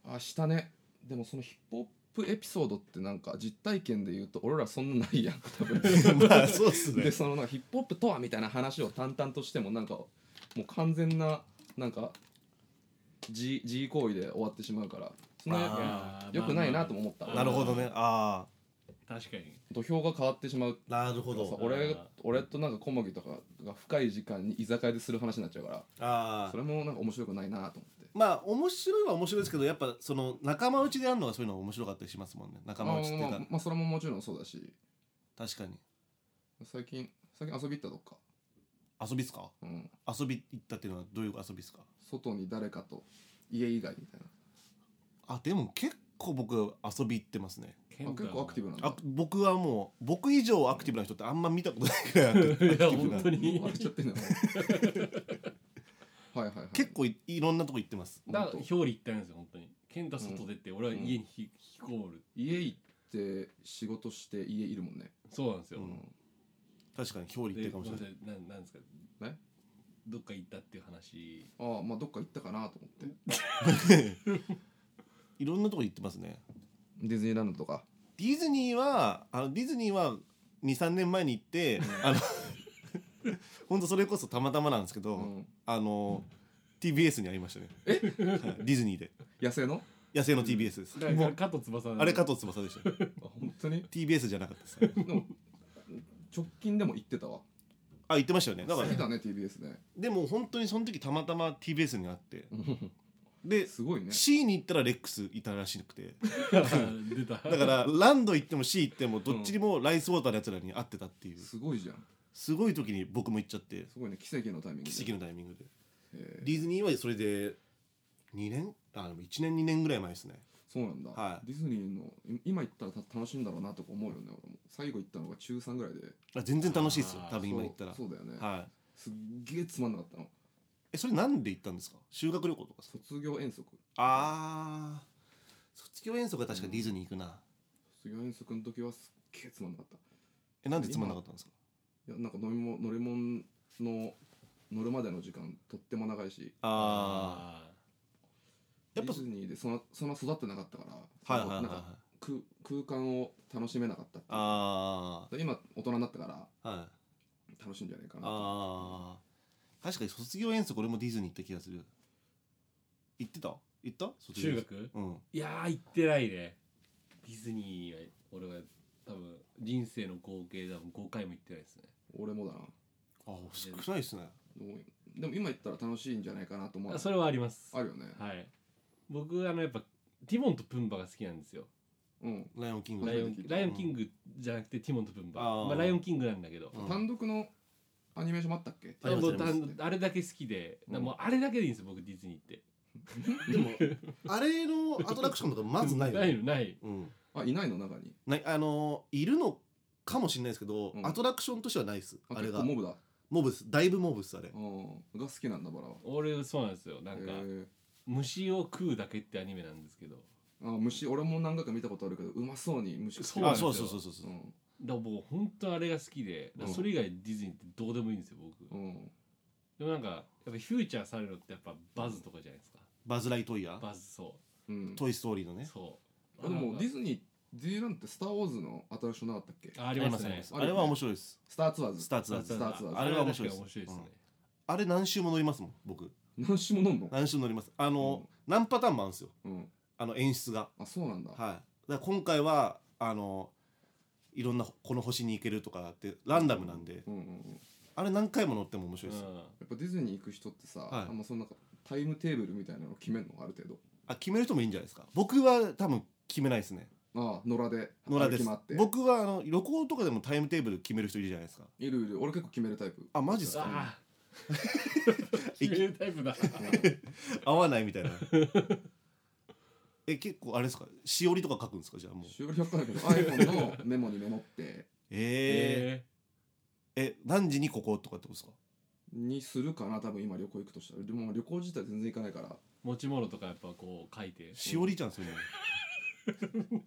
Speaker 3: 明日ねでもそのヒップホップエピソードってなんか実体験で言うと俺らそんなな いやん多分
Speaker 2: まあそうっすね
Speaker 3: でそのなんかヒップホップとはみたいな話を淡々としてもなんかもう完全ななんか G, G 行為で終わってしまうからそんな
Speaker 2: あー
Speaker 3: よくないなとも思った
Speaker 1: まあまあ
Speaker 2: なるほどねあ
Speaker 1: 確かに
Speaker 3: 土俵が変わってしまう
Speaker 2: あなるほ
Speaker 3: そ
Speaker 2: ど
Speaker 3: う俺
Speaker 1: あー
Speaker 3: 俺となんか小麦とかが深い時間に居酒屋でする話になっちゃうから
Speaker 2: あ
Speaker 3: そ
Speaker 2: あ
Speaker 3: れもなんか面白くないなと思って
Speaker 2: まあ面白いは面白いですけどやっぱその仲間内でやるのがそういうのが面白かったりしますもんね仲
Speaker 3: まあ
Speaker 2: 間
Speaker 3: ま
Speaker 2: 内っていうか、
Speaker 3: あまあまあそれももちろんそうだし
Speaker 2: 確かに
Speaker 3: 最近最近遊び行ったとか
Speaker 2: 遊びっすか
Speaker 3: うん、
Speaker 2: 遊び行ったっていうのはどういう遊びっすか
Speaker 3: 外に誰かと家以外みたい
Speaker 2: あでも結構僕遊び行ってますね
Speaker 1: ケ
Speaker 3: なあ
Speaker 1: ンタ
Speaker 3: 結構アクティブなんだ
Speaker 2: あ僕はもう僕以上アクティブな人ってあんま見たことないぐらいアクティ
Speaker 1: いや
Speaker 2: ブな
Speaker 1: 本当に
Speaker 3: 笑っちゃってんだはいはいはい
Speaker 2: 結構いいろんなとこ行ってます
Speaker 1: だから
Speaker 3: 本
Speaker 1: 表
Speaker 3: 当
Speaker 1: 裏一体なんですよ本当にケンタ外出て、俺は家にひ引きこもる
Speaker 3: 家行って仕事して家いるもんね、
Speaker 1: そうなんですよ、
Speaker 2: うん
Speaker 3: うん
Speaker 2: 確かに表裏行って
Speaker 1: で
Speaker 2: るかもしれない
Speaker 1: ごめんなさいなんなんですか
Speaker 3: え
Speaker 1: どっか行ったっていう話
Speaker 3: ああまあどっか行ったかなと思って
Speaker 2: いろんなとこ行ってますね
Speaker 3: ディズニーランドとか
Speaker 2: ディズニーはあのディズニーは23年前に行ってあの ほんとそれこそたまたまなんですけど、
Speaker 3: うん
Speaker 2: あの TBS にありましたねえ、はい、ディズニーで
Speaker 3: 野生の
Speaker 2: 野生の TBS です、
Speaker 1: だから
Speaker 2: も
Speaker 1: か
Speaker 2: う
Speaker 1: 加藤翼
Speaker 2: あれ加藤翼でした
Speaker 3: あ本当に
Speaker 2: TBS じゃなかったです、 ね、
Speaker 3: でも直近でも行ってたわ
Speaker 2: あ言ってましたよねだか
Speaker 3: 好
Speaker 2: ら
Speaker 3: きだね TBS ね
Speaker 2: でも本当にその時たまたま TBS にあって
Speaker 3: うん
Speaker 2: です
Speaker 3: ごいね
Speaker 2: C に行ったらレックスいたらしくて
Speaker 1: 出た
Speaker 2: だからランド行っても C 行ってもどっちにもライスウォーターのやつらに会ってたっていう
Speaker 3: すごいじゃん
Speaker 2: すごい時に僕も行っちゃって
Speaker 3: すごいね奇跡のタイミングで
Speaker 2: 奇跡のタイミングで
Speaker 3: へえ
Speaker 2: ディズニーはそれで2年あでも1年2年ぐらい前ですね
Speaker 3: そうなんだ、
Speaker 2: はい
Speaker 3: ディズニーのい今行ったらた楽しいんだろうなとか思うよね俺も最後行ったのが中3ぐらいで
Speaker 2: あ全然楽しいですよ
Speaker 1: あー
Speaker 2: 多分今行ったら
Speaker 3: そうそうだよね、
Speaker 2: はい
Speaker 3: すっげえつまんなかったの
Speaker 2: えそれなんで行ったんですか修学旅行とか
Speaker 3: 卒業遠足
Speaker 2: ああ卒業遠足は確かディズニー行くな、
Speaker 3: 卒業遠足の時はすっげえつまんなかった
Speaker 2: えなんでつまんなかったんですか
Speaker 3: いやなんか飲みも乗り物の乗るまでの時間とっても長いし
Speaker 2: ああ
Speaker 3: デ
Speaker 2: やっぱ
Speaker 3: ィズニーでそのその育ってなかったから
Speaker 2: はいはいはい
Speaker 3: な
Speaker 2: は
Speaker 3: ん
Speaker 2: い
Speaker 3: か空空間を楽しめなかったっていう
Speaker 2: あ
Speaker 3: で今大人になったから
Speaker 2: あはい
Speaker 3: 楽しいんじゃないかなと
Speaker 2: あー確かに卒業遠足俺もディズニー行った気がする行ってた行った卒
Speaker 1: 中
Speaker 2: 業遠足
Speaker 1: 学
Speaker 2: うん
Speaker 1: いやー行ってないねディズニーは俺は多分人生の合計多分5回も行ってないですね
Speaker 3: 俺もだな
Speaker 2: あ少ないですね
Speaker 3: でもでも今行ったら楽しいんじゃないかなと思う
Speaker 1: あそれはあります
Speaker 3: あるよね
Speaker 1: はい僕あのやっぱティモンとプンバが好きなんですよ
Speaker 3: うん
Speaker 2: ライオンキング
Speaker 1: ライオン
Speaker 3: うん
Speaker 1: ライオンキングじゃなくてティモンとプンバ
Speaker 2: あー
Speaker 1: まあ、ライオンキングなんだけど
Speaker 2: うん
Speaker 3: 単独のアニメーションもあったっけ
Speaker 2: あり
Speaker 1: も
Speaker 2: ます
Speaker 1: うあのあれだけ好きで、
Speaker 3: うん
Speaker 1: なもうあれだけでいいんですよ僕ディズニーって
Speaker 2: でもあれのアトラクションとかまずない よ
Speaker 1: な
Speaker 2: ね
Speaker 1: いのない
Speaker 2: うん
Speaker 3: あいないの中に
Speaker 2: ないあのーいるのかもしれないですけど、
Speaker 3: うん
Speaker 2: アトラクションとしてはないです
Speaker 3: あ
Speaker 2: あれ
Speaker 3: 結
Speaker 2: が
Speaker 3: 構モブだ
Speaker 2: モブですだいぶモブですあれ
Speaker 3: うんが好きなんだバラは
Speaker 1: 俺そうなんですよなんか、
Speaker 3: へえ
Speaker 1: 虫を食うだけってアニメなんですけど
Speaker 3: あ虫俺も何回か見たことあるけどうまそうに虫食って
Speaker 1: そうなん
Speaker 2: あ
Speaker 1: です
Speaker 2: そ
Speaker 1: よ
Speaker 2: うそうそうそうそううん
Speaker 1: だから僕本当あれが好きで、だからそれ以外ディズニーってどうでもいいんですよ僕、
Speaker 3: うん
Speaker 1: でもなんかやっぱフューチャーされるのってやっぱバズとかじゃないですか
Speaker 2: バズ・ライトイヤー
Speaker 1: バズそ
Speaker 3: うん
Speaker 2: トイ・ストーリーの
Speaker 1: う
Speaker 2: ね
Speaker 1: そう
Speaker 3: あでもディ
Speaker 1: ズ
Speaker 3: ズニーディズニーランドってスター・ウォーズのアトラクションなかったっけ
Speaker 1: あありますね
Speaker 2: あれは面白いです
Speaker 3: スター・ツアーズ
Speaker 2: スターツアー
Speaker 3: ス
Speaker 2: ズ
Speaker 3: ターツアーズ
Speaker 2: あれは面白
Speaker 1: で
Speaker 2: いですす
Speaker 1: 面白いですね、
Speaker 2: あれ何周も乗りますもん僕
Speaker 3: 何種も飲んの
Speaker 2: 何周も乗りますあの、何パターンもあるんですよ
Speaker 3: うん
Speaker 2: あの演出が
Speaker 3: あそうなんだ
Speaker 2: はいだから今回はあのいろんなこの星に行けるとかってランダムなんで、
Speaker 3: うんうんうん
Speaker 2: あれ何回も乗っても面白いです、
Speaker 1: うん
Speaker 3: やっぱディズニー行く人ってさ
Speaker 2: はい
Speaker 3: あんまそんなタイムテーブルみたいなの決めるのある程度
Speaker 2: あ決める人もいいんじゃないですか僕は多分決めないですね
Speaker 3: ああ野良で
Speaker 2: 野良で
Speaker 3: 決
Speaker 2: す
Speaker 3: まって
Speaker 2: 僕はあの旅行とかでもタイムテーブル決める人いるじゃない ですか
Speaker 3: いるいる俺結構決めるタイプ
Speaker 2: あマジっすか
Speaker 1: ああ決めるタイプだ
Speaker 2: 合わないみたいなえ結構あれですかしおりとか書くんですかじゃあもう
Speaker 3: 終了かだけど iPhone のメモにメモって
Speaker 2: えー、え
Speaker 1: え
Speaker 2: 何時にこことかってことですか
Speaker 3: にするかな多分今旅行行くとしたらでも旅行自体全然行かないから
Speaker 1: ー、持ち物とかやっぱこう書いて
Speaker 2: しおりじゃんそれ も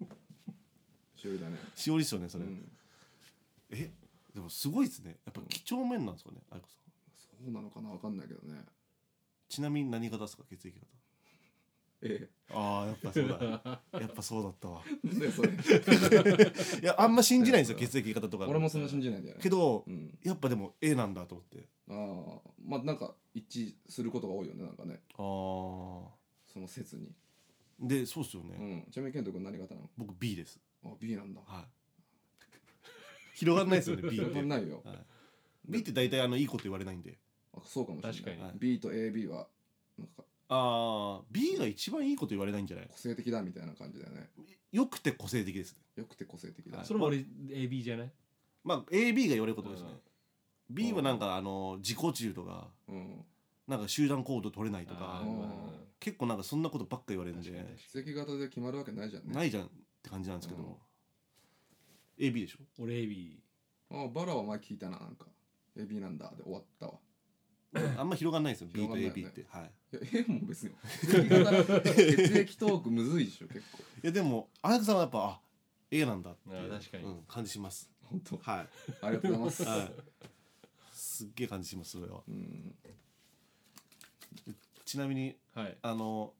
Speaker 3: 終了だね
Speaker 2: しおりですよねそうれ、
Speaker 3: ん
Speaker 2: えでもすごいですねやっぱ几帳面なんですかねあいこさん
Speaker 3: そうなのかなわかんないけどね
Speaker 2: ちなみに何型ですか血液型
Speaker 3: え
Speaker 2: あーやっぱそ うだ やっぱそうだったわ
Speaker 3: え なんだよそれ
Speaker 2: いやあんま信じないんですよ血液型とか
Speaker 3: 俺もそんな信じないんだよね
Speaker 2: けど
Speaker 3: うん
Speaker 2: やっぱでも A なんだと思って
Speaker 3: ああまあなんか一致することが多いよねなんかね
Speaker 2: あ
Speaker 3: その説に、
Speaker 2: あでそうっすよね、
Speaker 3: うん、ちなみに健人君何型な
Speaker 2: 僕 B です
Speaker 3: のあ B なんだ
Speaker 2: はい広がんないですよね B っ
Speaker 3: 広
Speaker 2: て
Speaker 3: がんないよ
Speaker 2: はい、B って大体あのいいこと言われないんで
Speaker 3: あそうかもしれない
Speaker 1: 確かに
Speaker 2: はい
Speaker 3: B と AB はなんか
Speaker 2: ああ B が一番いいこと言われないんじゃない
Speaker 3: 個性的だみたいな感じだよね
Speaker 2: よくて個性的ですね
Speaker 3: よくて個性的だ、
Speaker 2: はい
Speaker 1: それも俺 AB じゃない
Speaker 2: まあ AB が言われることですね、 B はなんかあの自己中とか
Speaker 3: うん、
Speaker 2: なんか集団行動取れないと
Speaker 1: あ
Speaker 2: か
Speaker 1: ーま
Speaker 2: 結構なんかそんなことばっか言われ
Speaker 1: あ
Speaker 2: るん
Speaker 1: 確かに
Speaker 2: で
Speaker 1: 確かに
Speaker 3: 奇跡型で決まるわけないじゃんね
Speaker 2: ないじゃんって感じなんですけど、
Speaker 3: うん
Speaker 2: AB でしょ
Speaker 1: 俺 AB
Speaker 3: あバラは前聞いたななんか AB なんだで終わったわ
Speaker 2: あんま広がんないんですよ B と
Speaker 3: 広がんないよ
Speaker 2: AB
Speaker 3: ね
Speaker 2: って、はい
Speaker 3: いや A も別に 奇跡型血液トークむずいでしょ結構
Speaker 2: いやでも荒木さんはやっぱあ A なんだって
Speaker 1: あー確かに
Speaker 2: うん、感じします
Speaker 3: 本当
Speaker 2: は
Speaker 3: ありがとうございま
Speaker 2: い、
Speaker 3: す、
Speaker 2: はい、すっげえ感じしますそれは
Speaker 3: うん
Speaker 2: ちなみに
Speaker 1: はい
Speaker 2: あの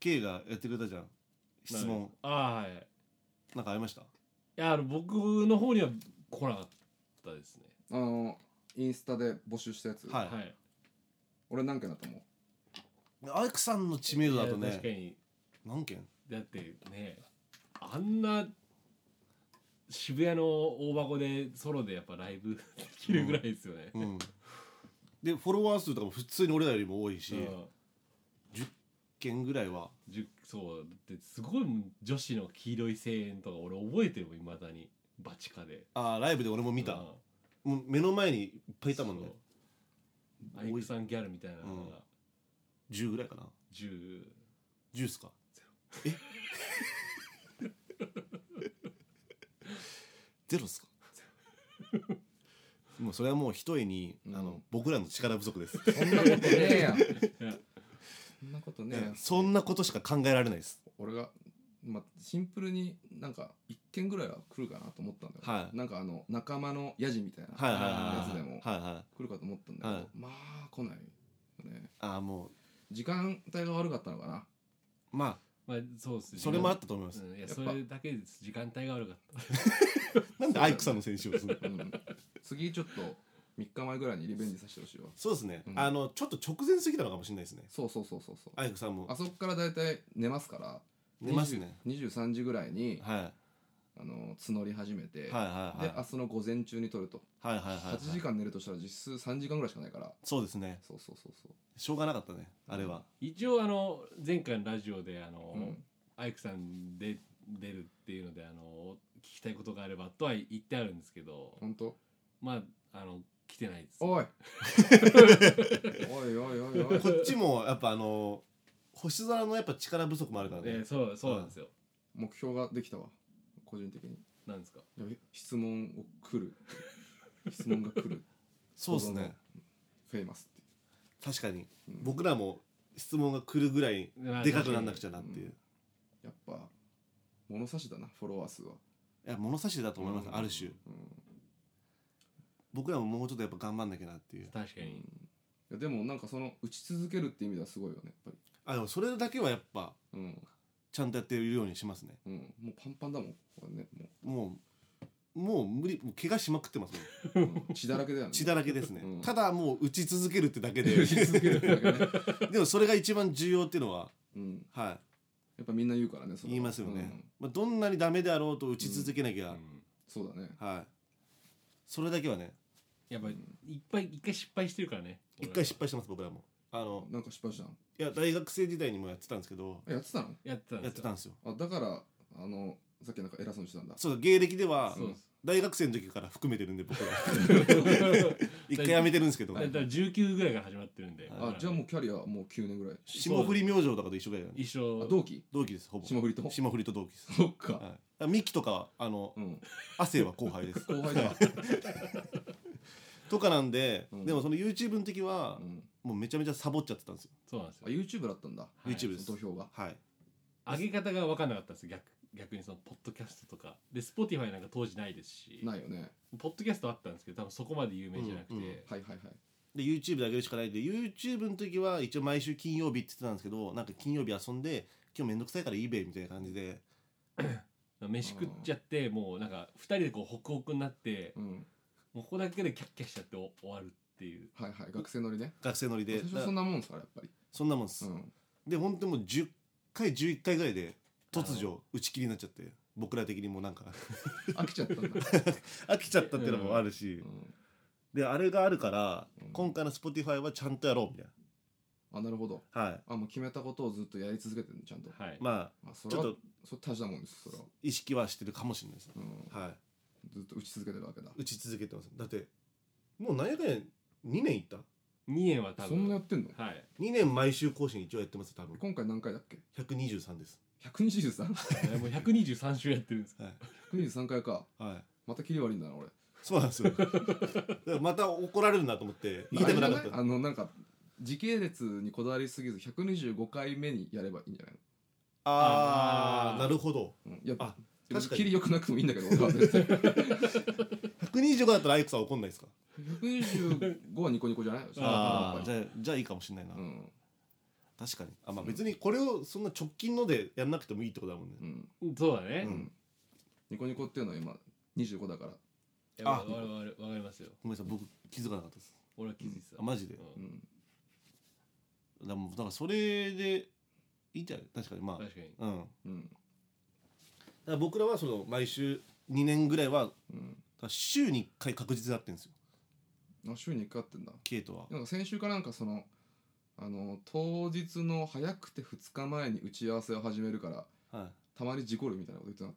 Speaker 2: K がやってくれたじゃん質問
Speaker 1: ああはいい
Speaker 2: なんかありました
Speaker 1: やあの僕の方には来なかったですね
Speaker 3: あのインスタで募集したやつ、
Speaker 2: はい
Speaker 1: はい
Speaker 3: 俺何回だと思う
Speaker 2: 荒木さんの知名度だと
Speaker 1: いや確か
Speaker 2: ね
Speaker 1: に
Speaker 2: 何件
Speaker 1: だってねあんな渋谷の大箱でソロでやっぱライブ できるぐらいですよね、
Speaker 2: うんでフォロワー数とかも普通に俺らよりも多いし、件ぐらいは
Speaker 1: じゅそうですごい女子の黄色い声援とか俺覚えてるもんいまだにバチカで
Speaker 2: あーライブで俺も見た、
Speaker 1: うん
Speaker 2: もう目の前にいっぱいいたもんね
Speaker 1: そうアイクさんギャルみたいなのが
Speaker 2: 10ぐらいかな
Speaker 1: 10
Speaker 2: 10っすかえ ゼロっすかもうそれはもうひとえに、
Speaker 3: うん
Speaker 2: あの僕らの力不足です、
Speaker 3: そんなことねえ やん
Speaker 1: や
Speaker 3: そんなことねえや
Speaker 2: ね
Speaker 3: ん
Speaker 2: そんなことしか考えられないです
Speaker 3: 俺が、まあ、シンプルになんか1件ぐらいは来るかなと思ったんだよ、
Speaker 2: はい
Speaker 3: なんかあの仲間のヤジみたいな
Speaker 2: はいはい
Speaker 3: やつ
Speaker 2: はい
Speaker 3: で
Speaker 2: はい
Speaker 3: も
Speaker 2: はいはい
Speaker 3: 来るかと思ったんだけど、
Speaker 2: はい
Speaker 3: まあ来ないよね
Speaker 2: ああも
Speaker 3: 時間帯が悪かったのかな
Speaker 2: うま
Speaker 1: まあそうっす
Speaker 2: あ
Speaker 1: ね
Speaker 2: それもあったと思います、
Speaker 1: うんいや
Speaker 3: やっぱ
Speaker 1: それだけです時間帯が悪かった
Speaker 2: なんでアイクさんの選手をするの
Speaker 3: うん、 次ちょっと3日前ぐらいにリベンジさせてほしいわ
Speaker 2: そうですね、
Speaker 3: うん
Speaker 2: あのちょっと直前すぎたのかもしれないですね
Speaker 3: そうそうそうそうそう
Speaker 2: アイクさんも
Speaker 3: あそこから大体寝ますから
Speaker 2: 寝ますね
Speaker 3: 20 23時ぐらいに、
Speaker 2: はい
Speaker 3: あの募り始めて、
Speaker 2: はいはいはい
Speaker 3: で明日の午前中に撮ると、
Speaker 2: はいはいはい
Speaker 3: 8時間寝るとしたら実質3時間ぐらいしかないから
Speaker 2: そうですね
Speaker 3: そうそうそうそう
Speaker 2: しょうがなかったねあれは、
Speaker 1: 一応あの前回のラジオであの、
Speaker 3: うん
Speaker 1: アイクさんで出るっていうのであの聞きたいことがあればとは言ってあるんですけど、
Speaker 3: 本当
Speaker 1: まああの来てないです
Speaker 3: おいおいおいおいおい
Speaker 2: こっちもやっぱあの星空のやっぱ力不足もあるからね、
Speaker 1: えーそうそうなんですよ、
Speaker 3: 目標ができたわ個人的に
Speaker 1: なんですか
Speaker 3: やべ質問を来る質問が来る
Speaker 2: そうですね
Speaker 3: フェイマスって
Speaker 2: 確かに、
Speaker 3: うん
Speaker 2: 僕らも質問が来るぐらい
Speaker 1: まあ
Speaker 2: でかくなんなくちゃなっていう、
Speaker 3: やっぱ物差しだなフォロワー数はい
Speaker 2: や物差しだと思います、
Speaker 3: うん
Speaker 2: ある種
Speaker 3: うん
Speaker 2: 僕らももうちょっとやっぱ頑張んなきゃなっていう
Speaker 1: 確か
Speaker 3: うん
Speaker 1: に、
Speaker 3: いやでもなんかその打ち続けるって意味ではすごいよねやっぱり
Speaker 2: あでもそれだけはやっぱ
Speaker 3: うん
Speaker 2: ちゃんとやってるようにしますね
Speaker 3: うんもうパンパンだもんこれね
Speaker 2: もうもう無理もう怪我しまくってますもん
Speaker 3: もう、うん血だらけだよ ね
Speaker 2: 血だらけですね、
Speaker 3: うん
Speaker 2: ただもう打ち続けるってだけで
Speaker 3: 打ち続けるってだけね、
Speaker 2: でもそれが一番重要っていうのは
Speaker 3: うん、
Speaker 2: はい
Speaker 3: やっぱみんな言うからねそれは
Speaker 2: 言いますよね、
Speaker 3: うん
Speaker 2: まあ、どんなにダメであろうと打ち続けなき
Speaker 1: う
Speaker 2: ゃ、
Speaker 1: ん
Speaker 3: そうだね
Speaker 2: はいそれだけはね
Speaker 1: やっぱりいっぱい一回失敗してるからね
Speaker 2: 一回失敗してます僕らもあの
Speaker 3: なんか失敗したの
Speaker 2: いや大学生時代にもやってたんですけど
Speaker 3: あやってたの
Speaker 1: やってたん
Speaker 2: や
Speaker 1: で
Speaker 2: っ
Speaker 1: す
Speaker 2: て
Speaker 1: よ
Speaker 2: たんですよ
Speaker 3: あだからあのさっきなんか偉そうにしてたんだ
Speaker 2: そうだ芸歴では
Speaker 1: そうです、
Speaker 2: 大学生の時から含めてるんで僕は 一回やめてるんですけ ど
Speaker 1: だから19ぐらいから始まってるんで、
Speaker 2: はい
Speaker 3: あじゃあもうキャリアもう9年ぐらい
Speaker 2: 霜降り明星とかと一緒ぐらいなんで
Speaker 1: 一緒
Speaker 3: あ同期
Speaker 2: 同期ですほぼ
Speaker 3: 霜降りと
Speaker 2: 霜降りと同期です、
Speaker 3: そっ
Speaker 2: はい、だ
Speaker 3: か
Speaker 2: からミキとかはあの
Speaker 3: うん
Speaker 2: 亜生は後輩です
Speaker 3: 後輩だ
Speaker 2: とかなんで、
Speaker 3: うん
Speaker 2: でもその YouTube の時は
Speaker 3: う、ん
Speaker 2: もうめちゃめちゃサボっちゃってたんですよ
Speaker 1: そうなんです
Speaker 3: あ
Speaker 1: よ
Speaker 3: YouTube だったんだ
Speaker 2: YouTube です
Speaker 3: その投票が
Speaker 2: はい
Speaker 1: 上げ方が分かんなかったんですよ逆逆にそのポッドキャストとかで Spotify なんか当時ないですし
Speaker 3: ないよね
Speaker 1: ポッドキャストあったんですけど多分そこまで有名じゃなくて、
Speaker 2: うんうん
Speaker 3: はいはいはい
Speaker 2: で YouTube で上げるしかないんで YouTube の時は一応毎週金曜日って言ってたんですけどなんか金曜日遊んで今日めんどくさいから eBay みたいな感じで
Speaker 1: 飯食っちゃってもうなんか2人でこうホクホクになって
Speaker 3: うん
Speaker 1: もうここだけでキャッキャしちゃってお終わるっていう
Speaker 3: はいはい学生乗りね
Speaker 2: 学生乗りで
Speaker 3: 最初そんなもんですからやっぱり
Speaker 2: そんなもんです、
Speaker 3: うん
Speaker 2: で本当にもう10回11回ぐらいで突如打ち切りになっちゃって僕ら的にもうなんか
Speaker 3: 飽きちゃったんだ
Speaker 2: 飽きちゃったっていうのもあるし、
Speaker 3: うん
Speaker 2: であれがあるから、
Speaker 3: うん
Speaker 2: 今回の Spotify はちゃんとやろうみたい
Speaker 3: あなるほど
Speaker 2: なはい
Speaker 3: あもう決めたことをずっとやり続けてるのちゃんと
Speaker 1: はい、
Speaker 2: ま
Speaker 3: あそ
Speaker 2: あち
Speaker 3: れ
Speaker 2: ょっ
Speaker 3: は
Speaker 2: と
Speaker 3: それ大事なもんですそれは
Speaker 2: 意識はしてるかもしれないです、
Speaker 3: うん
Speaker 2: はい
Speaker 3: ずっと打ち続けてるわけだ
Speaker 2: 打ち続けてますだってもう何やかんや2年行った
Speaker 1: 2年は多分
Speaker 3: そんなやってんの
Speaker 1: はい
Speaker 2: 2年毎週更新一応やってます多分
Speaker 3: 今回何回だっけ
Speaker 2: 123です
Speaker 3: ?123?123
Speaker 1: えーもう123週やってるんです
Speaker 2: はい、
Speaker 3: 回か
Speaker 2: はい、
Speaker 3: また切り悪いんだな俺
Speaker 2: そうなんですよだからまた怒られるなと思って言いたくなかった
Speaker 3: あのなんか時系列にこだわりすぎず125回目にやればいいんじゃない
Speaker 1: あ
Speaker 2: ああ
Speaker 1: ー
Speaker 2: なるほど
Speaker 3: の、うん、いや
Speaker 2: あ確
Speaker 3: 別
Speaker 2: か
Speaker 3: に
Speaker 2: に
Speaker 3: 切り良くなくてもいいんだけど俺は全然
Speaker 2: 125だったらアイクさん怒んないですか
Speaker 3: 125はニコニコじゃない
Speaker 1: あ
Speaker 2: じゃあじゃあいいかもしれないな、
Speaker 3: うん
Speaker 2: 確かにあ、まあ、別にこれをそんな直近のでやんなくてもいいってことだもんね、
Speaker 3: うん、
Speaker 1: そうだね、
Speaker 2: う
Speaker 3: うんん、ニコニコっていうのは今25だから
Speaker 1: いやわ
Speaker 2: あ
Speaker 1: わわわかりますよ
Speaker 2: ごめんなさい僕気づかなかったです
Speaker 1: 俺は気づいてた
Speaker 2: あマジで
Speaker 1: う、
Speaker 3: うんん
Speaker 2: だからもうだからそれでいいんじゃない確かにまあ、
Speaker 1: 確かに
Speaker 2: うんだか
Speaker 3: うん
Speaker 2: ら僕らはその毎週2年ぐらいはだか
Speaker 3: うん
Speaker 2: ら週に1回確実になってるんですよ
Speaker 3: あ週に1回あってんだ
Speaker 2: ケイトは
Speaker 3: なんか先週かなんかそのあの当日の早くて2日前に打ち合わせを始めるから
Speaker 2: はい
Speaker 3: たまに事故るみたいなこと言ってなかっ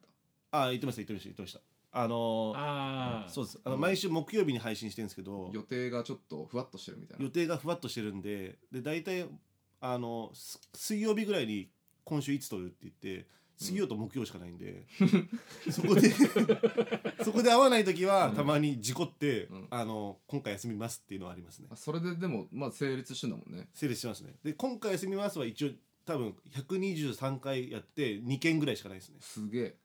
Speaker 2: あ言ってました言ってました言ってましたあのー
Speaker 1: ああ
Speaker 2: そう
Speaker 1: う
Speaker 2: ですあの
Speaker 3: うん
Speaker 2: 毎週木曜日に配信してるんですけど
Speaker 3: た予定がちょっとふわっとしてるみたいな
Speaker 2: 予定がふわっとしてるんでで大体あのす水曜日ぐらいに「今週いつ撮る?」って言って水曜と木曜しかないん で、そこでそこで会わない時は
Speaker 3: うん
Speaker 2: たまに事故って、
Speaker 3: うん
Speaker 2: あの今回休みますっていうのはありますね
Speaker 3: あそれででもまあ成立してんだもんね
Speaker 2: 整理してますねで今回休みますは一応多分123回やって2件ぐらいしかないですね
Speaker 3: すげえ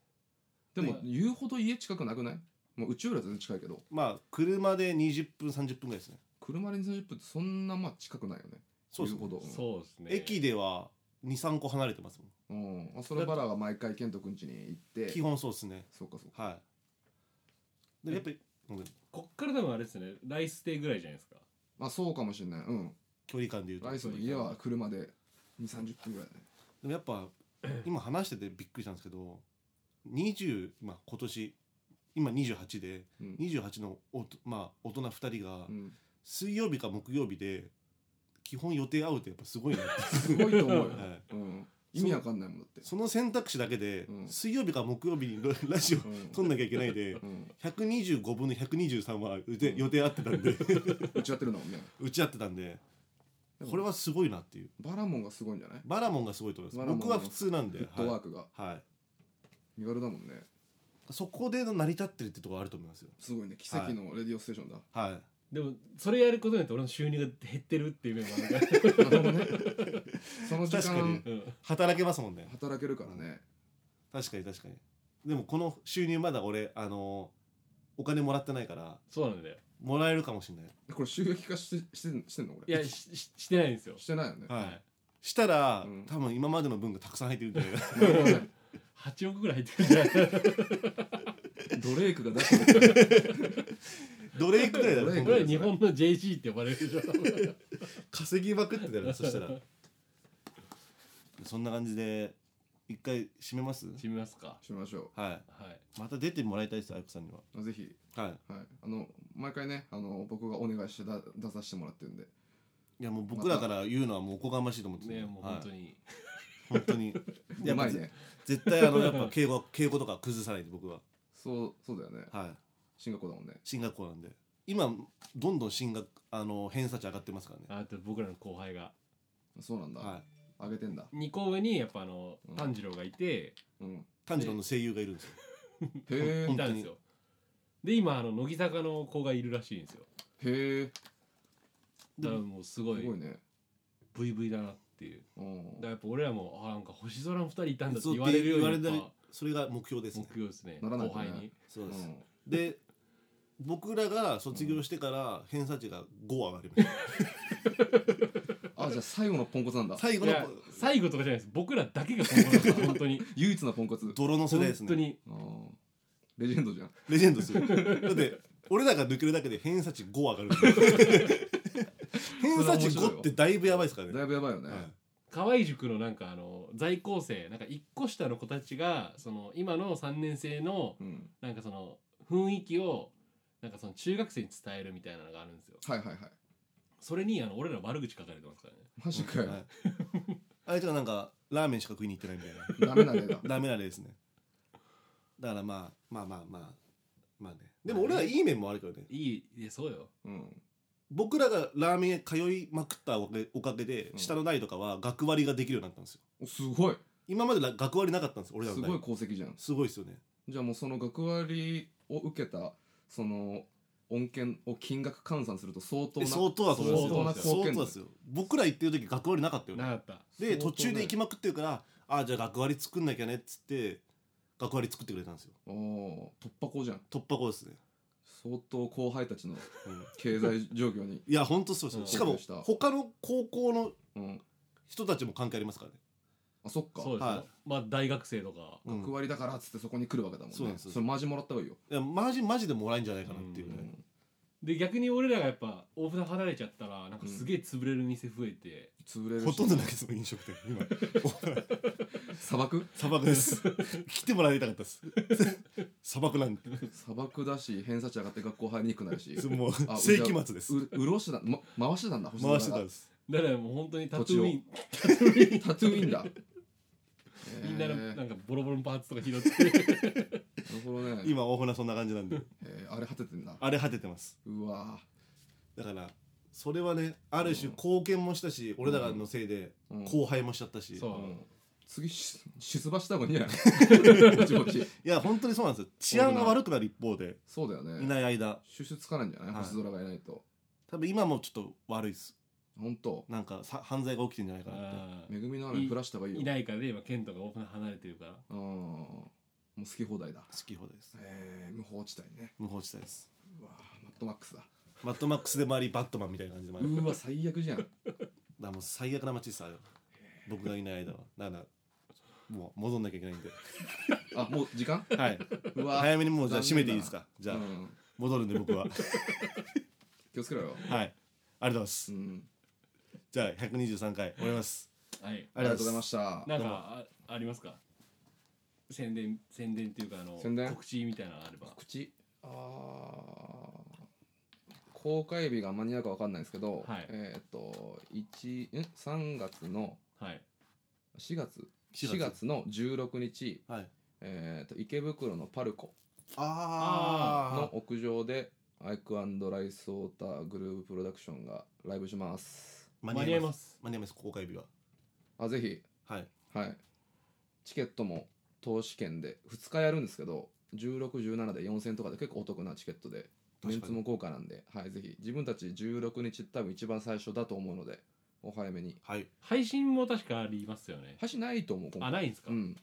Speaker 3: でも
Speaker 1: ね
Speaker 3: 言うほど家近くなくないもう宇宙よりは全然近いけど
Speaker 2: まあ車で20分30分ぐらいですね
Speaker 3: 車で20分ってそんなまあ近くないよね
Speaker 2: そうですね
Speaker 3: 言うほど
Speaker 1: そうですね
Speaker 2: 駅では23個離れてますもん
Speaker 3: うんあそれバラが毎回健人君家に行って
Speaker 2: 基本そうですね
Speaker 3: そうかそうか
Speaker 2: はいでやっぱりうん
Speaker 1: こっから多分あれですねライステイぐらいじゃないですか
Speaker 3: まあそうかもしれないうん
Speaker 2: 距離感で言うと
Speaker 3: ライスの家は車で2三3 0分ぐらいだね
Speaker 2: でもやっ ぱ今話しててびっくりしたんですけど20今今年今28で
Speaker 3: うん
Speaker 2: 28のおと、まあ、大人2人が
Speaker 3: うん
Speaker 2: 水曜日か木曜日で基本予定合うってやっぱすごいなって
Speaker 3: すごいと思うよ、
Speaker 2: はい
Speaker 3: うん、意味わかんないもんだって
Speaker 2: その選択肢だけで、
Speaker 3: うん
Speaker 2: 水曜日か木曜日にララジオ
Speaker 3: うん
Speaker 2: 撮んなきゃいけないで
Speaker 3: うん
Speaker 2: 125分の123は予定
Speaker 3: うん
Speaker 2: 予定合ってたん で
Speaker 3: 打ち合ってるんだもんね
Speaker 2: 打ち合ってたんで
Speaker 3: でも
Speaker 2: これはすごいなっていう
Speaker 3: バラモンがすごいんじゃない
Speaker 2: バラモンがすごいと思いま
Speaker 3: バ
Speaker 2: す
Speaker 3: ラモン
Speaker 2: 僕は普通なん
Speaker 3: フ
Speaker 2: で、
Speaker 3: ットワ
Speaker 2: は
Speaker 3: ークが
Speaker 2: いはい、
Speaker 3: 身軽だもんね
Speaker 2: そこでの成り立ってるってところあると思いますよ
Speaker 3: すごいね奇跡のレディオステーションだ、
Speaker 2: はい
Speaker 1: でもそれやることによって俺の収入が減ってるっていう面もある から、
Speaker 3: なるほどねその時
Speaker 2: 確か
Speaker 3: 間
Speaker 2: に
Speaker 1: うん、
Speaker 2: 働けますもんね
Speaker 3: 働けるからね
Speaker 2: 確かに確かにでもこの収入まだ俺あのお金もらってないから
Speaker 1: そうなんだよ
Speaker 2: もらえるかもしれない
Speaker 3: これ収益化してしてしてんのこ
Speaker 1: い
Speaker 3: れ
Speaker 1: やしししてないんですよ
Speaker 3: してないよね
Speaker 2: はい、
Speaker 1: はい
Speaker 2: したら、
Speaker 3: うん
Speaker 2: 多分今までの分がたくさん入ってるんで
Speaker 3: なるほどね
Speaker 1: 8億ぐらい入ってくるんじゃない
Speaker 3: ドレイクが出してくる
Speaker 2: どれいくらいだろう
Speaker 3: ど
Speaker 1: これは
Speaker 2: 今度
Speaker 1: 日本の JG って呼ばれるでしょ
Speaker 2: 稼ぎまくってたらそしたらそんな感じで一回締めます
Speaker 1: 締めますか
Speaker 3: しましょ
Speaker 2: は
Speaker 1: はい
Speaker 2: いまた出てもらいたいですあゆこさんに
Speaker 3: うぜひ、
Speaker 2: ははい
Speaker 3: はい、あの毎回ねあの僕がお願いしてだ出させてもらってるんで
Speaker 2: いやもう僕らから言うのはもうおこがましいと思ってて
Speaker 1: ねもう本当
Speaker 2: はい
Speaker 1: に、
Speaker 2: 本当 に
Speaker 3: うまいね
Speaker 2: 絶対あのやっ ぱ敬語敬語とか崩さないで僕は
Speaker 3: そうそうだよね
Speaker 2: はい
Speaker 3: シンガポールだもんね
Speaker 2: 進学校なんで今どんどん進学あの偏差値上がってますからね
Speaker 1: あと僕らの後輩が
Speaker 3: そうなんだ、
Speaker 2: はい
Speaker 3: 上げてんだ
Speaker 1: 2校上にやっぱあの
Speaker 3: うん
Speaker 1: 炭治郎がいて、
Speaker 3: うんへ
Speaker 2: 炭治郎の声優がいるんですよ
Speaker 3: え
Speaker 2: ほ
Speaker 1: い
Speaker 2: ん
Speaker 1: たんですよで今あの乃木坂の子がいるらしいんですよ
Speaker 3: へえ
Speaker 1: だからもうすご
Speaker 3: す
Speaker 1: い
Speaker 3: ごいね
Speaker 1: VV だなっていう
Speaker 3: うん
Speaker 1: だからやっぱ俺らもあなんか星空の2人いたんだって
Speaker 2: そう
Speaker 1: 言われるように
Speaker 2: 言わ
Speaker 1: や
Speaker 2: れ
Speaker 1: ったぱ
Speaker 2: りそれが目標です
Speaker 1: 目
Speaker 2: ね
Speaker 1: 標ですね
Speaker 3: ならない
Speaker 1: 後
Speaker 3: とね
Speaker 1: 輩に
Speaker 2: そうです、
Speaker 3: うん
Speaker 2: で僕らが卒業してから偏差値が5上がりまし
Speaker 3: あじゃあ最後のポンコツなんだ
Speaker 2: た最後
Speaker 1: い
Speaker 2: の
Speaker 1: や最後とかじゃないです僕らだけが本物です本当 に
Speaker 3: 唯一のポンコツ
Speaker 2: 泥の世代です
Speaker 1: 本当
Speaker 2: ね
Speaker 1: に
Speaker 3: あーレジェンドじゃん
Speaker 2: レジェンドですよだって俺らが抜けるだけで偏差値5上がるんですよ偏差値5ってだいぶやばいですからね
Speaker 3: だいぶやばいよね、
Speaker 2: はい
Speaker 1: 河合塾のなんかあの在校生なんか1個下の子たちがその今の3年生の
Speaker 3: うん、
Speaker 1: なんかその雰囲気をなんかその中学生に伝えるみたいなのがあるんですよ
Speaker 3: はいはいはい
Speaker 1: それにあの俺ら悪口書かれてますからね
Speaker 3: マジかよ、
Speaker 2: はいあいつがなんかラーメンしか食いに行ってないみたいな
Speaker 3: ダメな例だ
Speaker 2: ダメな例ですねだからまあまあまあまあまあねでも俺らいい面もあるからね
Speaker 1: いいいやそうよ
Speaker 3: うん
Speaker 2: 僕らがラーメン屋通いまくったおかげおかげで、
Speaker 3: うん
Speaker 2: 下の代とかは学割ができるようになったんですよ
Speaker 3: おすごい
Speaker 2: 今までら学割なかったんです俺ら
Speaker 3: す
Speaker 2: の代
Speaker 3: ごい功績じゃん
Speaker 2: すごいですよね
Speaker 3: じゃあもうその学割を受けたその恩恵を金額換算すると相当
Speaker 2: え
Speaker 3: な
Speaker 2: 相当だと思いますよ
Speaker 1: 相当な
Speaker 3: 貢
Speaker 2: 相
Speaker 3: 献
Speaker 2: 当
Speaker 3: 度
Speaker 2: ですよ僕ら行ってる時学割なかったよね
Speaker 1: なかった
Speaker 2: で
Speaker 3: 相当
Speaker 2: 途
Speaker 3: ね
Speaker 2: 中で行きまくってるからあじゃあ学割作んなきゃねっつって学割作ってくれたんですよ
Speaker 3: おおー突破口じゃん
Speaker 2: 突破口ですね、
Speaker 3: 相当後輩たちの
Speaker 2: うん
Speaker 3: 経済状況に
Speaker 2: いやほんとそうですよ、
Speaker 1: うん
Speaker 2: しかも
Speaker 3: 貢献した
Speaker 2: 他の高校の
Speaker 3: うん
Speaker 2: 人たちも関係ありますからね
Speaker 3: あそっか
Speaker 1: そうですよ、
Speaker 2: はい
Speaker 1: まあ大学生とか
Speaker 2: うん
Speaker 3: 学割だからっつってそこに来るわけだもんね
Speaker 2: そうなんですよ
Speaker 3: れマジもらった方がいいよ、
Speaker 2: いやマジマジでもらえんじゃないかなっていううね、
Speaker 3: ん、
Speaker 1: で逆に俺らがやっぱ大船離れちゃったらなんかすげえ潰れる店増えて、
Speaker 3: 潰れるし
Speaker 2: ほとんどないですもん飲食店 今
Speaker 3: 砂漠
Speaker 2: 砂漠です来てもらいたかったです砂漠なんで
Speaker 3: 砂漠だし偏差値上がって学校入りにくくなるし
Speaker 2: もう
Speaker 3: あ
Speaker 2: 世紀末です
Speaker 3: う潤してた、ま、回してたんだ
Speaker 2: 回してたん
Speaker 3: 星
Speaker 2: です
Speaker 1: だからもう本当にタトゥーイン
Speaker 3: 空がタトゥーイ ンだ
Speaker 1: みんなの
Speaker 3: へー
Speaker 1: なんかボロボロのパーツとか拾 って
Speaker 3: なるほどね
Speaker 2: 今大船そんな感じなんで
Speaker 3: えーあれ果ててんだ
Speaker 2: あれ果ててます
Speaker 3: うわ
Speaker 2: だからそれはねある種貢献もしたし、俺らのせいで
Speaker 3: ー、うん
Speaker 2: 後輩もしちゃったし、
Speaker 1: そう
Speaker 2: い
Speaker 3: うん次し出馬した方がいいんじゃないぼちぼち
Speaker 2: や本当にそうなんですよ治安が悪くなる一方で
Speaker 3: そうだよね
Speaker 2: いない間
Speaker 3: 収集つかないんじゃない
Speaker 2: はい
Speaker 3: 星空がいないと、
Speaker 2: 多分今もちょっと悪いです
Speaker 3: ほんと
Speaker 2: なんかさ犯罪が起きてんじゃないかなって
Speaker 1: あ
Speaker 3: 恵みの雨降らした方がいい
Speaker 1: ー
Speaker 3: よ
Speaker 1: いないからね今ケントが大船離れてるから
Speaker 3: うんもう好き放題だ
Speaker 2: 好き放題です
Speaker 3: えー、無法地帯ね
Speaker 2: 無法地帯です
Speaker 3: うわマッドマックスだ
Speaker 2: マッドマックスで回りバットマンみたいな感じで回る、だか
Speaker 3: うわ最悪じゃん
Speaker 2: らもう最悪な街ですあれは僕がいない間はだからもう戻んなきゃいけない んで
Speaker 3: あもう時間
Speaker 2: はいう
Speaker 3: わ
Speaker 2: 早めにもうじゃあ閉めていいですかじゃあ、
Speaker 3: うん、
Speaker 2: 戻るんで 僕ははい
Speaker 3: 気をつけろよ、
Speaker 2: ありがとうございます、
Speaker 3: うん、
Speaker 2: じゃあ123回終わります
Speaker 1: はい
Speaker 3: ありがとうございま
Speaker 2: し
Speaker 3: した
Speaker 1: なんかあありますか宣伝宣伝っていうかあの
Speaker 3: 宣伝
Speaker 1: 告知みたいなのあれば
Speaker 3: 告知あー公開日が間に合うかわかんないですけど、
Speaker 1: はい
Speaker 3: えっ、と1ん3月の
Speaker 1: はい
Speaker 3: 4月
Speaker 2: 4
Speaker 3: 4月の16日、
Speaker 2: たはい
Speaker 3: えー、と池袋のパルコの
Speaker 2: あ
Speaker 3: 屋上でアイクライスウォーターグループプロダクションがライブします
Speaker 2: ー
Speaker 1: 間に合いますす
Speaker 2: 間に合います公開日は
Speaker 3: あぜひ
Speaker 2: はい
Speaker 3: はいチケットも投資券で2日やるんですけど1617で4000とかで結構お得なチケットでメンツも豪華なんで、はい、ぜひ自分たち16日多分一番最初だと思うのでお早めに
Speaker 2: はい
Speaker 1: 配信も確かありますよね
Speaker 3: 箸ないと思う今
Speaker 1: あ
Speaker 3: 回
Speaker 1: ないんですか、
Speaker 3: うん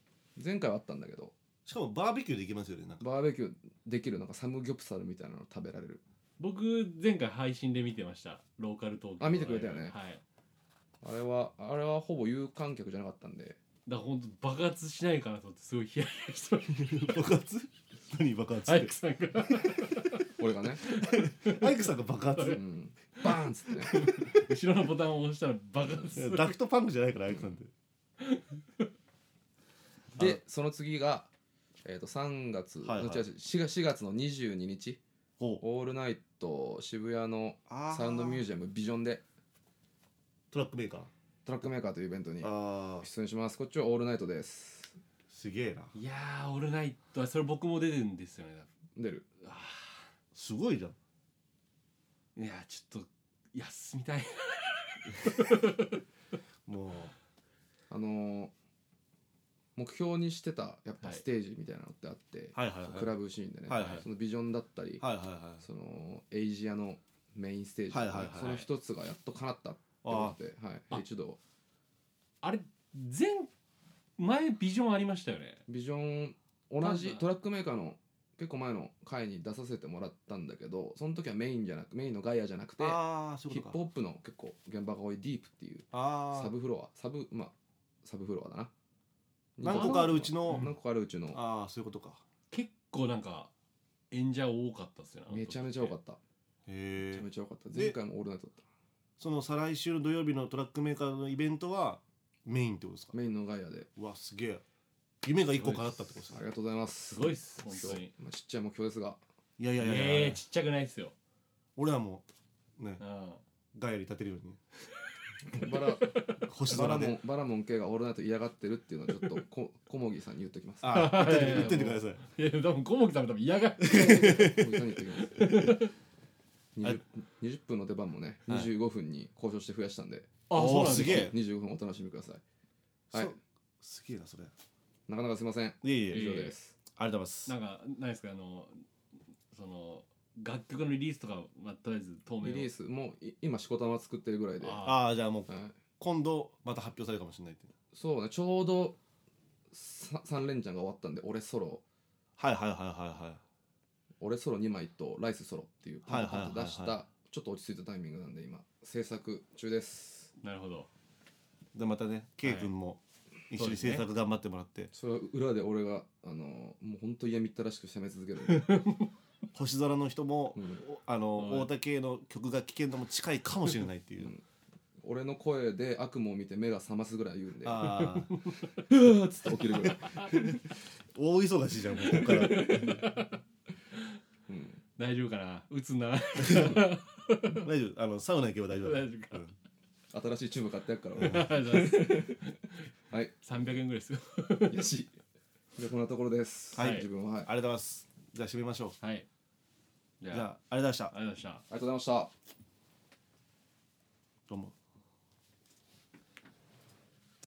Speaker 3: 前回はあったんだけど
Speaker 2: しかもバーベキューできますよね なんか
Speaker 3: バーベキューできるなんかサムギョプサルみたいなの食べられる
Speaker 1: 僕前回配信で見てましたローカル東京
Speaker 3: あ見てくれたよね
Speaker 1: はい
Speaker 3: あれはあれはほぼ有観客じゃなかったんで
Speaker 1: だから本当爆発しないかなと思ってすごいヒヤヒヤしてま し
Speaker 2: 爆発 何爆
Speaker 1: た
Speaker 2: 発
Speaker 1: ア
Speaker 2: っ
Speaker 1: イクさんが
Speaker 3: 俺がね、
Speaker 2: てアイクさんが爆
Speaker 3: う
Speaker 2: 発
Speaker 3: ん、バーンっつってね
Speaker 1: 後ろのボタンを押したら爆発す
Speaker 2: いや
Speaker 1: る
Speaker 2: ダクトパンクじゃないからアイクさんって
Speaker 3: でその次が、えー、と3月、
Speaker 2: はいはい
Speaker 3: 違う違う 4, 月4月の22日
Speaker 2: ほう
Speaker 3: オールナイト渋谷の
Speaker 2: あ
Speaker 3: サウンドミュー
Speaker 2: ジ
Speaker 3: ジアムビジョンで
Speaker 2: トラックメーカー
Speaker 3: トラックメーカーというイベントに
Speaker 2: あー
Speaker 3: 出演しますこっちはオールナイトです
Speaker 2: すげえない
Speaker 1: やー俺ないとそれ僕も出てるんですよね
Speaker 3: 出る
Speaker 1: あ
Speaker 2: すごいじゃん
Speaker 1: ーいやーちょっと休みたい
Speaker 2: もう
Speaker 3: あのー目標にしてたやっぱ
Speaker 1: はい
Speaker 3: ステージみたいなのってあって、
Speaker 2: はいはいはい
Speaker 3: クラブシーンでね、
Speaker 2: はいはい
Speaker 3: そのビジョンだったり、
Speaker 2: はいはいはい
Speaker 3: そのエイジアのメインステージとかね、
Speaker 2: はいはいはい
Speaker 3: その一つがやっと叶ったって思
Speaker 2: あ
Speaker 3: って、
Speaker 1: あ
Speaker 3: はい、一度
Speaker 1: あれ前前ビジョンありましたよね
Speaker 3: ビジョン同じトラックメーカーの結構前の回に出させてもらったんだけどその時はメインじゃなくメインのガイアじゃなくて
Speaker 2: ああそうい
Speaker 3: ヒ
Speaker 2: う
Speaker 3: ッ
Speaker 2: こ
Speaker 3: プ
Speaker 2: とか
Speaker 3: ホップの結構現場が多いディープっていう
Speaker 2: あ
Speaker 3: サ
Speaker 2: あ
Speaker 3: ブフロアサブまあサブフロアだな
Speaker 2: 何個かあるうちの
Speaker 3: 何個かあるうちの
Speaker 2: ああそういうことか
Speaker 1: 結構なんか演者多かったっすよね
Speaker 3: めちゃめちゃ多か
Speaker 1: っ
Speaker 3: っため
Speaker 2: へ
Speaker 3: ちゃ
Speaker 2: え
Speaker 3: めちゃ多かった
Speaker 2: で
Speaker 3: 前回もオールナイトだっ
Speaker 2: その再来週の土曜日のトラックメーカーのイベントはメインってことですか
Speaker 3: たメインのガイアで
Speaker 2: うわすげえ夢が一個叶ったってことですね
Speaker 3: ありがとうございます
Speaker 1: すごいっす本当に
Speaker 3: まあ、ちっちゃい目標で すが
Speaker 2: いやいやいやいや
Speaker 1: ええちっちゃくないっすよ
Speaker 2: 俺はもうね
Speaker 1: うん
Speaker 2: ガヤに立てるように
Speaker 3: バラ
Speaker 2: 星
Speaker 3: バラ
Speaker 2: 空
Speaker 3: モ
Speaker 2: で
Speaker 3: ンバラモン系がオールナイト嫌がってるっていうのはちょっとこ小茂木さんに言っときます。
Speaker 2: あ言っといて言っといてください
Speaker 1: いや多分小牧さんも多分嫌が
Speaker 3: 小茂木さんに言っとき ま
Speaker 2: あ
Speaker 3: す。20, 20分の出番もね
Speaker 2: はい
Speaker 3: 25分に交渉して増やしたんで、
Speaker 1: あ
Speaker 2: おー
Speaker 1: そうなんです
Speaker 2: げえ
Speaker 3: 25分お楽しみくださいはい
Speaker 2: そうすげえなそれい
Speaker 3: なかなかすいません
Speaker 2: えいえ
Speaker 3: 以
Speaker 1: いえ
Speaker 3: 上です
Speaker 2: ありがとうござ
Speaker 1: ないんかないですかあのその楽曲のリリースとかは、まあ、とりあえず透明
Speaker 3: リリースもうい今しこたま作ってるぐらいで、は
Speaker 2: ま
Speaker 1: あ
Speaker 2: すああーじゃあもう
Speaker 3: い、
Speaker 2: 今度また発表されるかもしれないって
Speaker 3: そうねちょうどさ三連チャンが終わったんで俺ソロ
Speaker 2: はいはいはいはいはい
Speaker 3: 俺ソロ2枚とライスソロっていうパンパンと出した、
Speaker 2: はいはいはい
Speaker 3: ちょっと落ち着いたタイミングなんで今制作中です
Speaker 1: なるほど
Speaker 2: でまたね K 君も一緒に制作頑張ってもらって
Speaker 3: それは裏で俺があのもう本当嫌みったらしく攻め続ける んで、
Speaker 2: 星空の人も
Speaker 3: うん
Speaker 2: おあの
Speaker 1: はい
Speaker 2: 太田圭の曲が聴けるのも近いかもしれないっていううん
Speaker 3: 俺の声で悪夢を見て目が覚ますぐらい言うんで「うわ
Speaker 2: ああ
Speaker 3: ーっつって起きるぐらい、
Speaker 2: 大忙しじゃんもうこっ から
Speaker 3: うん
Speaker 1: 大丈夫かな鬱にならない
Speaker 2: 大丈夫あのサウナ行けば大丈夫だ
Speaker 1: 大丈夫か
Speaker 2: うん
Speaker 3: 新しいチューブ買ってやっから 俺はい
Speaker 1: 300円ぐらいですよ
Speaker 3: よしじゃあこんなところです、
Speaker 2: はい
Speaker 3: 自分は、はい、あ
Speaker 2: ありがとうございますじゃあ締めましょう
Speaker 1: はいじ
Speaker 2: じ
Speaker 1: ゃ
Speaker 2: ゃ
Speaker 1: あ
Speaker 2: あありがとうございました
Speaker 1: ありがとうございました
Speaker 3: りがとうございました
Speaker 2: どうも